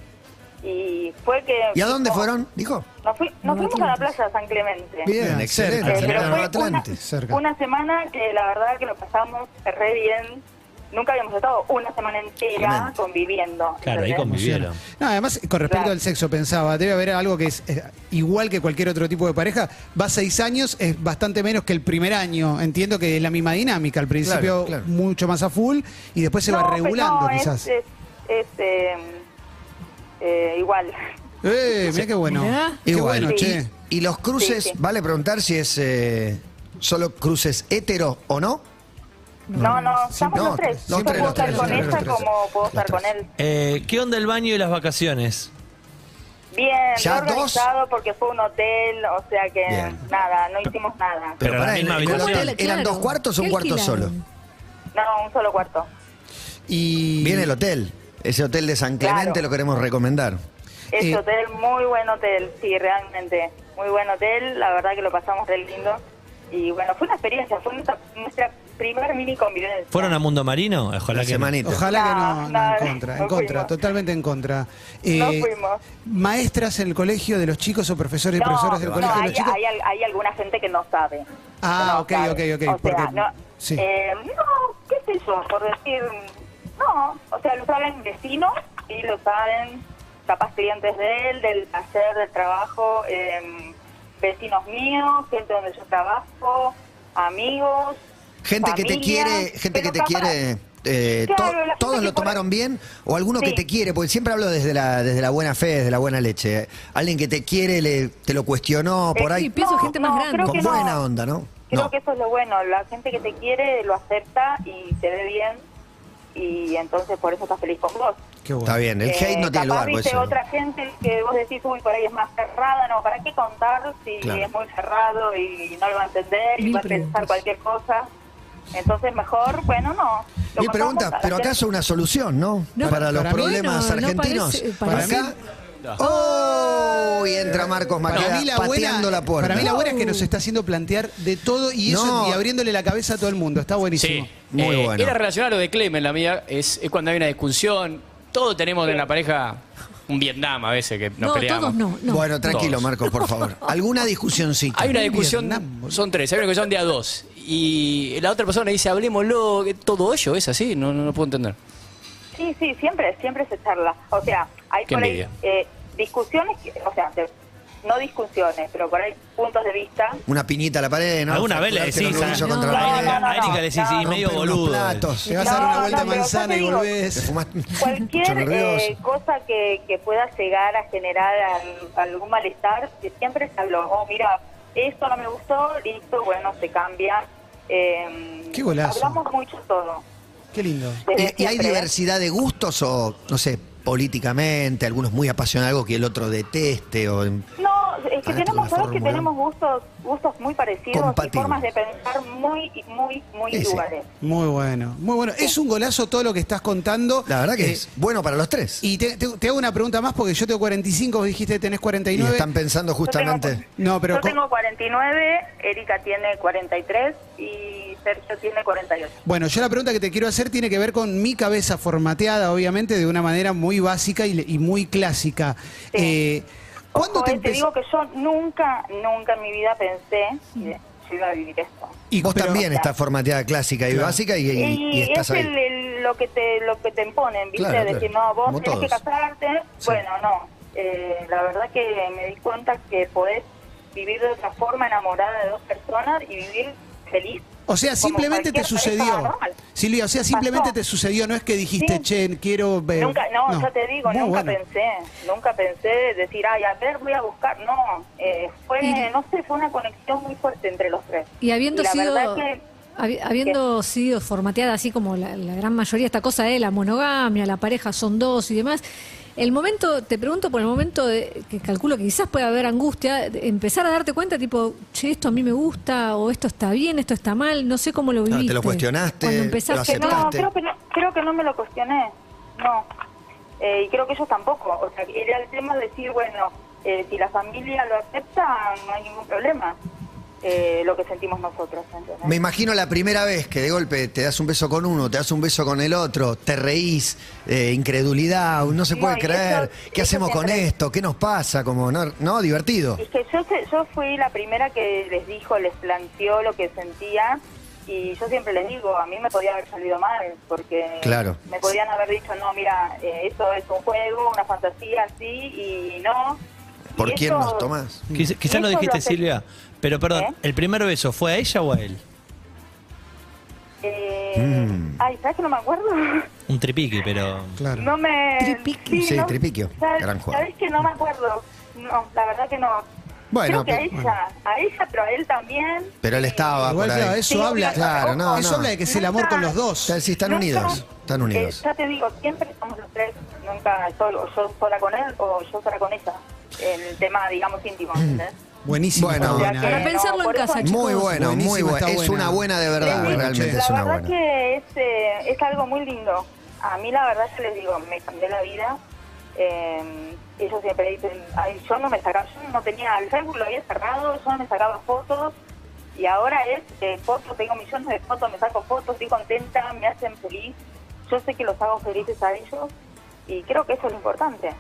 [SPEAKER 12] Y fue que...
[SPEAKER 3] ¿Y a dónde fueron? Dijo.
[SPEAKER 12] Nos, fui- nos fuimos a la playa de San Clemente.
[SPEAKER 3] Bien,
[SPEAKER 4] Bien,
[SPEAKER 3] excelente.
[SPEAKER 4] cerca.
[SPEAKER 12] Eh,
[SPEAKER 3] se
[SPEAKER 12] pero
[SPEAKER 3] fueron
[SPEAKER 12] fue
[SPEAKER 3] a
[SPEAKER 12] una,
[SPEAKER 3] Atlante.
[SPEAKER 4] cerca.
[SPEAKER 12] una semana que la verdad que lo pasamos re bien. Nunca habíamos estado una semana entera
[SPEAKER 3] Tremendo.
[SPEAKER 12] conviviendo.
[SPEAKER 5] Claro, ahí
[SPEAKER 12] ¿entendés?
[SPEAKER 5] convivieron.
[SPEAKER 4] No, además, con respecto
[SPEAKER 12] Claro.
[SPEAKER 4] al sexo, pensaba, debe haber algo que es eh, igual que cualquier otro tipo de pareja. Va seis años, es bastante menos que el primer año. Entiendo que es la misma dinámica. Al principio
[SPEAKER 3] Claro, claro.
[SPEAKER 4] mucho más a full y después se
[SPEAKER 12] No,
[SPEAKER 4] va
[SPEAKER 12] pero
[SPEAKER 4] regulando,
[SPEAKER 12] no, es-
[SPEAKER 4] quizás.
[SPEAKER 12] Es, es, eh, eh, igual.
[SPEAKER 4] Eh, mirá qué bueno.
[SPEAKER 6] Mirá.
[SPEAKER 4] Qué
[SPEAKER 3] Igual.
[SPEAKER 4] bueno,
[SPEAKER 12] Sí.
[SPEAKER 4] che.
[SPEAKER 3] Y los cruces,
[SPEAKER 12] Sí, sí.
[SPEAKER 3] vale preguntar si es eh, solo cruces hetero o no.
[SPEAKER 12] No, no, estamos
[SPEAKER 3] no,
[SPEAKER 12] los tres. Yo
[SPEAKER 3] siempre
[SPEAKER 12] puedo
[SPEAKER 3] los tres,
[SPEAKER 12] estar con
[SPEAKER 3] siempre los
[SPEAKER 12] ella
[SPEAKER 3] tres.
[SPEAKER 12] como puedo
[SPEAKER 3] Los
[SPEAKER 12] estar con
[SPEAKER 3] tres.
[SPEAKER 12] él.
[SPEAKER 5] Eh, ¿Qué onda el baño y las vacaciones?
[SPEAKER 12] Bien,
[SPEAKER 3] ¿Ya
[SPEAKER 12] re organizado porque fue un hotel, o sea que
[SPEAKER 3] Bien.
[SPEAKER 12] nada, no hicimos nada.
[SPEAKER 5] Pero la misma
[SPEAKER 3] ¿en el
[SPEAKER 5] habitación.
[SPEAKER 3] hotel ¿eran
[SPEAKER 6] Claro.
[SPEAKER 3] dos cuartos o un
[SPEAKER 6] ¿Qué
[SPEAKER 3] cuarto
[SPEAKER 6] alquilaron?
[SPEAKER 3] solo?
[SPEAKER 12] No, un solo cuarto.
[SPEAKER 4] Y
[SPEAKER 3] Viene el hotel. Ese hotel de San
[SPEAKER 12] Claro.
[SPEAKER 3] Clemente lo queremos recomendar.
[SPEAKER 12] Este
[SPEAKER 4] Eh.
[SPEAKER 12] hotel, muy buen hotel, sí, realmente. Muy buen hotel, la verdad que lo pasamos re lindo. Y bueno, fue una experiencia, fue nuestra, nuestra primera mini convivencia.
[SPEAKER 5] ¿Fueron a Mundo Marino? Ojalá
[SPEAKER 3] La
[SPEAKER 5] que no.
[SPEAKER 3] semanita.
[SPEAKER 4] Ojalá que no,
[SPEAKER 12] No,
[SPEAKER 4] no, en
[SPEAKER 12] no,
[SPEAKER 4] contra, en
[SPEAKER 12] no
[SPEAKER 4] contra,
[SPEAKER 12] fuimos.
[SPEAKER 4] totalmente en contra. Eh,
[SPEAKER 12] No fuimos.
[SPEAKER 4] Maestras en el colegio de los chicos o profesores y
[SPEAKER 12] No,
[SPEAKER 4] profesoras del
[SPEAKER 12] no,
[SPEAKER 4] colegio de
[SPEAKER 12] hay,
[SPEAKER 4] los chicos.
[SPEAKER 12] hay, al- hay alguna gente que no sabe.
[SPEAKER 4] Ah,
[SPEAKER 12] Que no
[SPEAKER 4] ok,
[SPEAKER 12] sabe.
[SPEAKER 4] ok, ok,
[SPEAKER 12] O sea,
[SPEAKER 4] porque-
[SPEAKER 12] no,
[SPEAKER 4] sí.
[SPEAKER 12] eh, no, qué sé yo, por decir, no, o sea, lo saben vecinos y lo saben capaz clientes de él, del taller, del trabajo, eh, vecinos míos, gente donde yo trabajo, amigos.
[SPEAKER 3] Gente que te
[SPEAKER 12] familia,
[SPEAKER 3] quiere, gente que
[SPEAKER 12] pero
[SPEAKER 3] te
[SPEAKER 12] capaz-
[SPEAKER 3] quiere. eh, to-
[SPEAKER 12] Claro, la gente
[SPEAKER 3] todos
[SPEAKER 12] que
[SPEAKER 3] lo
[SPEAKER 12] por-
[SPEAKER 3] tomaron bien o alguno que
[SPEAKER 12] Sí.
[SPEAKER 3] te quiere, porque siempre hablo desde la desde la buena fe, desde la buena leche. eh. Alguien que te quiere, le- te lo cuestionó por
[SPEAKER 12] Eh,
[SPEAKER 3] ahí
[SPEAKER 6] sí, pienso
[SPEAKER 12] No,
[SPEAKER 6] gente más
[SPEAKER 12] no,
[SPEAKER 6] grande.
[SPEAKER 12] creo
[SPEAKER 3] con
[SPEAKER 12] que no.
[SPEAKER 3] buena onda, ¿no?
[SPEAKER 12] Creo
[SPEAKER 3] no.
[SPEAKER 12] que eso es lo bueno, la gente que te quiere lo acepta y te ve bien y entonces por eso estás feliz con vos.
[SPEAKER 4] Qué bueno.
[SPEAKER 3] Está bien, el
[SPEAKER 12] Eh,
[SPEAKER 3] hate no
[SPEAKER 12] capaz
[SPEAKER 3] tiene lugar. pues, por
[SPEAKER 12] viste
[SPEAKER 3] eso.
[SPEAKER 12] otra gente que vos decís, uy, por ahí es más cerrada, no, ¿para qué contar si
[SPEAKER 3] Claro.
[SPEAKER 12] es muy cerrado y no lo va a entender y
[SPEAKER 6] Mil
[SPEAKER 12] va a pensar
[SPEAKER 6] preguntas.
[SPEAKER 12] cualquier cosa? Entonces mejor, bueno, no. Lo
[SPEAKER 3] Mi pregunta,
[SPEAKER 12] contamos a la
[SPEAKER 3] ¿pero
[SPEAKER 12] gente.
[SPEAKER 3] acaso una solución, no?
[SPEAKER 6] No,
[SPEAKER 3] para los
[SPEAKER 4] para mí
[SPEAKER 3] problemas
[SPEAKER 6] no, no
[SPEAKER 3] argentinos.
[SPEAKER 6] parece-
[SPEAKER 3] para
[SPEAKER 6] para
[SPEAKER 3] acá. ¡Oh! Y entra Marcos Maqueda
[SPEAKER 4] Para mí, la buena,
[SPEAKER 3] pateando la puerta.
[SPEAKER 4] para mí la buena es que nos está haciendo plantear de todo y eso
[SPEAKER 3] No.
[SPEAKER 4] y abriéndole la cabeza a todo el mundo. Está buenísimo.
[SPEAKER 13] Sí.
[SPEAKER 3] Muy
[SPEAKER 13] Eh,
[SPEAKER 3] bueno.
[SPEAKER 13] Era relacionar lo de Clemen, la mía. Es, es cuando hay una discusión. Todos tenemos en la pareja un Vietnam a veces que nos
[SPEAKER 6] No,
[SPEAKER 13] peleamos.
[SPEAKER 6] todos no, no.
[SPEAKER 3] Bueno, tranquilo,
[SPEAKER 13] Todos.
[SPEAKER 3] Marcos, por favor. ¿Alguna discusioncita?
[SPEAKER 13] Hay una
[SPEAKER 4] Vietnam,
[SPEAKER 13] discusión,
[SPEAKER 4] boludo.
[SPEAKER 13] son tres, hay una discusión de a dos. Y la otra persona dice, hablemoslo, que todo ello es así, no, no, no puedo entender.
[SPEAKER 12] Sí, sí, siempre, siempre se charla. O sea, hay
[SPEAKER 13] Qué
[SPEAKER 12] por ahí
[SPEAKER 13] envidia.
[SPEAKER 12] eh, discusiones, que- o sea, de- no discusiones, pero por ahí puntos de vista.
[SPEAKER 3] Una piñita a la pared, ¿no?
[SPEAKER 5] Alguna vez le
[SPEAKER 3] Fracturarte
[SPEAKER 5] decís
[SPEAKER 3] los
[SPEAKER 5] a,
[SPEAKER 3] rodillos
[SPEAKER 6] no,
[SPEAKER 3] contra la
[SPEAKER 5] a
[SPEAKER 12] no,
[SPEAKER 3] pared,
[SPEAKER 5] Erika-
[SPEAKER 12] no,
[SPEAKER 5] a Erika
[SPEAKER 12] no.
[SPEAKER 5] le decís, sí,
[SPEAKER 3] romper
[SPEAKER 5] medio
[SPEAKER 3] unos
[SPEAKER 5] boludo.
[SPEAKER 3] platos.
[SPEAKER 4] Te vas a dar
[SPEAKER 12] No,
[SPEAKER 4] una
[SPEAKER 12] no,
[SPEAKER 4] vuelta
[SPEAKER 12] pero yo
[SPEAKER 4] manzana
[SPEAKER 12] te
[SPEAKER 4] y
[SPEAKER 12] digo,
[SPEAKER 3] Te
[SPEAKER 4] volvés.
[SPEAKER 3] fumaste un mucho
[SPEAKER 12] Cualquier
[SPEAKER 3] nervioso.
[SPEAKER 12] eh, cosa que, que pueda llegar a generar al- algún malestar, que siempre se habló, oh, mira, esto no me gustó, listo, bueno, se cambia. Eh,
[SPEAKER 4] Qué golazo.
[SPEAKER 12] Hablamos mucho todo.
[SPEAKER 4] Qué lindo.
[SPEAKER 12] desde
[SPEAKER 3] ¿Y, y Eh, hay
[SPEAKER 12] siempre.
[SPEAKER 3] diversidad de gustos o, no sé, políticamente, algunos muy apasionados, algo que el otro deteste? O, en-
[SPEAKER 12] No, es que
[SPEAKER 3] Fanático
[SPEAKER 12] tenemos, sabes
[SPEAKER 3] de
[SPEAKER 12] que
[SPEAKER 3] Ah, Fórmula.
[SPEAKER 12] tenemos gustos, gustos muy parecidos
[SPEAKER 3] Compatibles.
[SPEAKER 12] y formas de pensar muy, muy, muy
[SPEAKER 3] Ese.
[SPEAKER 12] iguales.
[SPEAKER 4] Muy bueno, muy bueno. Es un golazo todo lo que estás contando.
[SPEAKER 3] la verdad que
[SPEAKER 4] Eh,
[SPEAKER 3] es bueno para los tres. Y,
[SPEAKER 4] Y te, te- te hago una pregunta más porque yo tengo 45, vos dijiste que tenés 49.
[SPEAKER 3] están pensando justamente...
[SPEAKER 4] No, pero
[SPEAKER 12] Yo
[SPEAKER 4] co-
[SPEAKER 12] tengo 49, Erika tiene 43 y Sergio tiene 48.
[SPEAKER 4] Bueno, yo la pregunta que te quiero hacer tiene que ver con mi cabeza formateada, obviamente, de una manera muy básica y, le- y muy clásica.
[SPEAKER 12] Sí.
[SPEAKER 4] Eh, ¿Cuándo
[SPEAKER 12] Ojo,
[SPEAKER 4] te
[SPEAKER 12] eh, te
[SPEAKER 4] empezó?
[SPEAKER 12] digo que yo nunca, nunca en mi vida pensé que yo iba a vivir esto.
[SPEAKER 4] Y
[SPEAKER 3] Vos
[SPEAKER 4] pero-
[SPEAKER 3] también estás formateada clásica y básica y, y- y
[SPEAKER 12] Y,
[SPEAKER 3] estás
[SPEAKER 12] es
[SPEAKER 3] ahí.
[SPEAKER 12] el, el- lo que te lo que te imponen, ¿viste?
[SPEAKER 3] Claro,
[SPEAKER 12] Decir,
[SPEAKER 3] claro.
[SPEAKER 12] no, vos
[SPEAKER 3] Como
[SPEAKER 12] tenés que
[SPEAKER 3] todos.
[SPEAKER 12] casarte. Bueno, no. Eh, la verdad que me di cuenta que podés vivir de otra forma enamorada de dos personas y vivir feliz.
[SPEAKER 4] O sea,
[SPEAKER 12] como
[SPEAKER 4] simplemente te
[SPEAKER 12] cualquier
[SPEAKER 4] sucedió.
[SPEAKER 12] pareja normal.
[SPEAKER 4] Silvia, o sea, simplemente
[SPEAKER 12] Pasó.
[SPEAKER 4] te sucedió, no es que dijiste,
[SPEAKER 12] Sí.
[SPEAKER 4] che, quiero ver.
[SPEAKER 12] Nunca, no, yo te digo,
[SPEAKER 4] Muy
[SPEAKER 12] nunca
[SPEAKER 4] bueno.
[SPEAKER 12] pensé, nunca pensé decir, ay, a ver, voy a buscar. No, eh, fue,
[SPEAKER 6] Y-
[SPEAKER 12] no sé, fue una conexión muy fuerte entre los tres.
[SPEAKER 6] Y habiendo
[SPEAKER 12] la
[SPEAKER 6] sido
[SPEAKER 12] verdad que
[SPEAKER 6] habi- habiendo sido formateada así como la, la gran mayoría esta cosa de la monogamia, la pareja son dos y demás, el momento, te pregunto por el momento de, que calculo que quizás pueda haber angustia, de empezar a darte cuenta tipo, che, esto a mí me gusta, o esto está bien, esto está mal, no sé cómo lo
[SPEAKER 3] te lo
[SPEAKER 6] viviste.
[SPEAKER 3] cuestionaste,
[SPEAKER 6] Cuando
[SPEAKER 3] lo
[SPEAKER 6] empezaste,
[SPEAKER 3] aceptaste.
[SPEAKER 12] No, creo que no, creo que no me lo cuestioné, no. Eh, y creo que ellos tampoco. O sea, que era el tema de decir, bueno, eh, si la familia lo acepta, no hay ningún problema. Eh, lo que sentimos nosotros, ¿entendés?
[SPEAKER 3] Me imagino la primera vez que de golpe te das un beso con uno, te das un beso con el otro, te reís, eh, incredulidad, no se
[SPEAKER 12] No,
[SPEAKER 3] puede
[SPEAKER 12] y
[SPEAKER 3] creer,
[SPEAKER 12] eso-
[SPEAKER 3] ¿qué
[SPEAKER 12] eso
[SPEAKER 3] hacemos con
[SPEAKER 12] siempre-
[SPEAKER 3] esto? ¿Qué nos pasa? Como, ¿no? ¿no? Divertido.
[SPEAKER 12] Es que yo, sé- yo fui la primera que les dijo, les planteó lo que sentía y yo siempre les digo, a mí me podía haber salido mal porque
[SPEAKER 3] Claro.
[SPEAKER 12] me podían haber dicho, no, mira, eh, esto es un juego, una fantasía así y no.
[SPEAKER 3] ¿Por
[SPEAKER 12] Y
[SPEAKER 3] quién
[SPEAKER 12] eso-
[SPEAKER 3] nos tomás?
[SPEAKER 5] Quizás
[SPEAKER 12] Eso lo
[SPEAKER 5] no dijiste,
[SPEAKER 12] hace-
[SPEAKER 5] Silvia, pero perdón,
[SPEAKER 12] ¿Eh?
[SPEAKER 5] ¿el primer beso fue a ella o a él?
[SPEAKER 12] Eh,
[SPEAKER 3] Mm.
[SPEAKER 12] Ay, ¿sabes que no me acuerdo?
[SPEAKER 5] Un tripiqui, pero.
[SPEAKER 4] Claro.
[SPEAKER 12] No me...
[SPEAKER 6] Tripiqui.
[SPEAKER 3] Sí, Tripiquio,
[SPEAKER 12] ¿sabes-
[SPEAKER 3] gran juego.
[SPEAKER 12] ¿Sabes que no me acuerdo? No, la verdad que no.
[SPEAKER 3] Bueno,
[SPEAKER 12] Creo que a
[SPEAKER 3] pero-
[SPEAKER 12] ella, a ella, pero a él también.
[SPEAKER 3] Pero él estaba
[SPEAKER 4] Igual,
[SPEAKER 3] por ahí.
[SPEAKER 4] claro, eso
[SPEAKER 12] Sí,
[SPEAKER 4] habla.
[SPEAKER 3] Claro, no,
[SPEAKER 4] eso
[SPEAKER 3] no.
[SPEAKER 4] habla de que es el amor con los dos.
[SPEAKER 3] Está- sí, están
[SPEAKER 12] Nunca-
[SPEAKER 3] unidos, están unidos.
[SPEAKER 12] Eh, ya te digo, siempre somos los tres, nunca solo, o yo sola con él o yo sola con ella. El tema, digamos, íntimo.
[SPEAKER 3] Mm,
[SPEAKER 12] ¿entendés?
[SPEAKER 4] Buenísimo.
[SPEAKER 3] Bueno.
[SPEAKER 4] está
[SPEAKER 12] Ya
[SPEAKER 4] buena,
[SPEAKER 12] que
[SPEAKER 6] Para
[SPEAKER 4] eh.
[SPEAKER 6] pensarlo
[SPEAKER 12] por
[SPEAKER 6] en
[SPEAKER 12] eso-
[SPEAKER 6] casa, chicos.
[SPEAKER 3] Muy bueno,
[SPEAKER 4] Buenísima,
[SPEAKER 3] muy bueno.
[SPEAKER 4] está
[SPEAKER 3] Es
[SPEAKER 4] buena.
[SPEAKER 3] una buena de verdad,
[SPEAKER 12] Sí,
[SPEAKER 3] realmente
[SPEAKER 12] la
[SPEAKER 3] es una
[SPEAKER 12] verdad
[SPEAKER 3] buena.
[SPEAKER 12] que es, eh, es algo muy lindo. A mí la verdad yo les digo, me cambió la vida. Eh, ellos siempre dicen, ay, yo no me sacaba, yo no tenía, el Facebook lo había cerrado, yo no me sacaba fotos. Y ahora es eh, fotos, tengo millones de fotos, me saco fotos, estoy contenta, me hacen feliz. Yo sé que los hago felices a ellos y creo que eso es lo importante.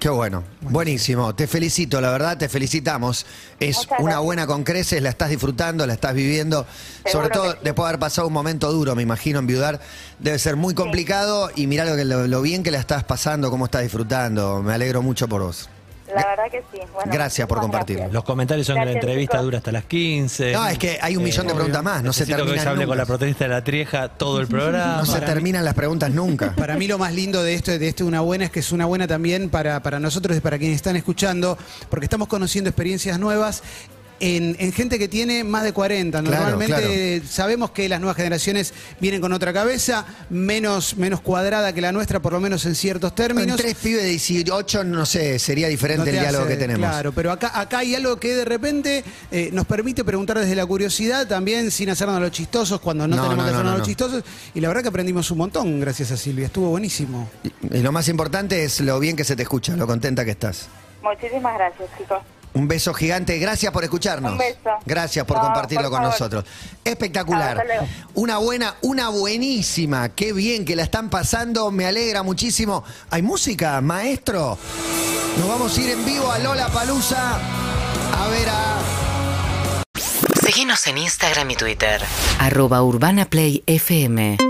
[SPEAKER 3] Qué bueno, buenísimo. Te felicito, la verdad, te felicitamos. Es
[SPEAKER 12] Muchas
[SPEAKER 3] una
[SPEAKER 12] gracias.
[SPEAKER 3] buena con creces, la estás disfrutando, la estás viviendo. Sobre
[SPEAKER 12] Seguro
[SPEAKER 3] todo
[SPEAKER 12] que sí.
[SPEAKER 3] después de haber pasado un momento duro, me imagino, enviudar. Debe ser muy complicado y mirá lo, que- lo- lo bien que la estás pasando, cómo estás disfrutando. Me alegro mucho por vos.
[SPEAKER 12] La verdad que sí. Bueno,
[SPEAKER 3] Gracias por
[SPEAKER 12] muchísimas
[SPEAKER 3] compartirlo.
[SPEAKER 12] gracias.
[SPEAKER 5] Los comentarios son que la
[SPEAKER 12] Gracias,
[SPEAKER 5] entrevista
[SPEAKER 12] chicos.
[SPEAKER 5] dura hasta las 15.
[SPEAKER 3] No, es que hay
[SPEAKER 4] Eh,
[SPEAKER 3] un millón de preguntas más, no se
[SPEAKER 5] Necesito que hoy
[SPEAKER 3] terminan
[SPEAKER 5] se hable
[SPEAKER 3] nunca.
[SPEAKER 5] con la protagonista de la trieja todo el programa.
[SPEAKER 3] No se
[SPEAKER 5] Para mí-
[SPEAKER 3] terminan las preguntas nunca.
[SPEAKER 4] Para mí lo más lindo de esto, de este una buena, es que es una buena también para, para nosotros y para quienes están escuchando, porque estamos conociendo experiencias nuevas. En, en gente que tiene más de 40,
[SPEAKER 3] Claro,
[SPEAKER 4] normalmente sabemos que las nuevas generaciones vienen con otra cabeza, menos, menos cuadrada que la nuestra, por lo menos en ciertos
[SPEAKER 3] En
[SPEAKER 4] términos.
[SPEAKER 3] tres pibes de 18, no sé, sería diferente
[SPEAKER 4] No te
[SPEAKER 3] el diálogo
[SPEAKER 4] hace-
[SPEAKER 3] que tenemos.
[SPEAKER 4] Claro, pero acá, acá hay algo que de repente eh, nos permite preguntar desde la curiosidad también, sin hacernos los chistosos, cuando no,
[SPEAKER 3] No,
[SPEAKER 4] tenemos
[SPEAKER 3] no,
[SPEAKER 4] que
[SPEAKER 3] no,
[SPEAKER 4] hacernos
[SPEAKER 3] no,
[SPEAKER 4] los
[SPEAKER 3] no.
[SPEAKER 4] chistosos. Y la verdad que aprendimos un montón gracias a Silvia, estuvo buenísimo.
[SPEAKER 3] Y y lo más importante es lo bien que se te escucha, lo contenta que estás.
[SPEAKER 12] Muchísimas gracias, chicos.
[SPEAKER 3] Un beso gigante, gracias por escucharnos.
[SPEAKER 12] Un beso.
[SPEAKER 3] Gracias por
[SPEAKER 12] No,
[SPEAKER 3] compartirlo
[SPEAKER 12] por
[SPEAKER 3] con
[SPEAKER 12] favor.
[SPEAKER 3] nosotros. Espectacular.
[SPEAKER 12] Hasta luego.
[SPEAKER 3] Una buena, una buenísima. Qué bien que la están pasando, me alegra muchísimo. ¿Hay música, maestro? Nos vamos a ir en vivo a Lola Palusa a ver a
[SPEAKER 14] Seguinos en Instagram y Twitter. Arroba Urbana Play FM.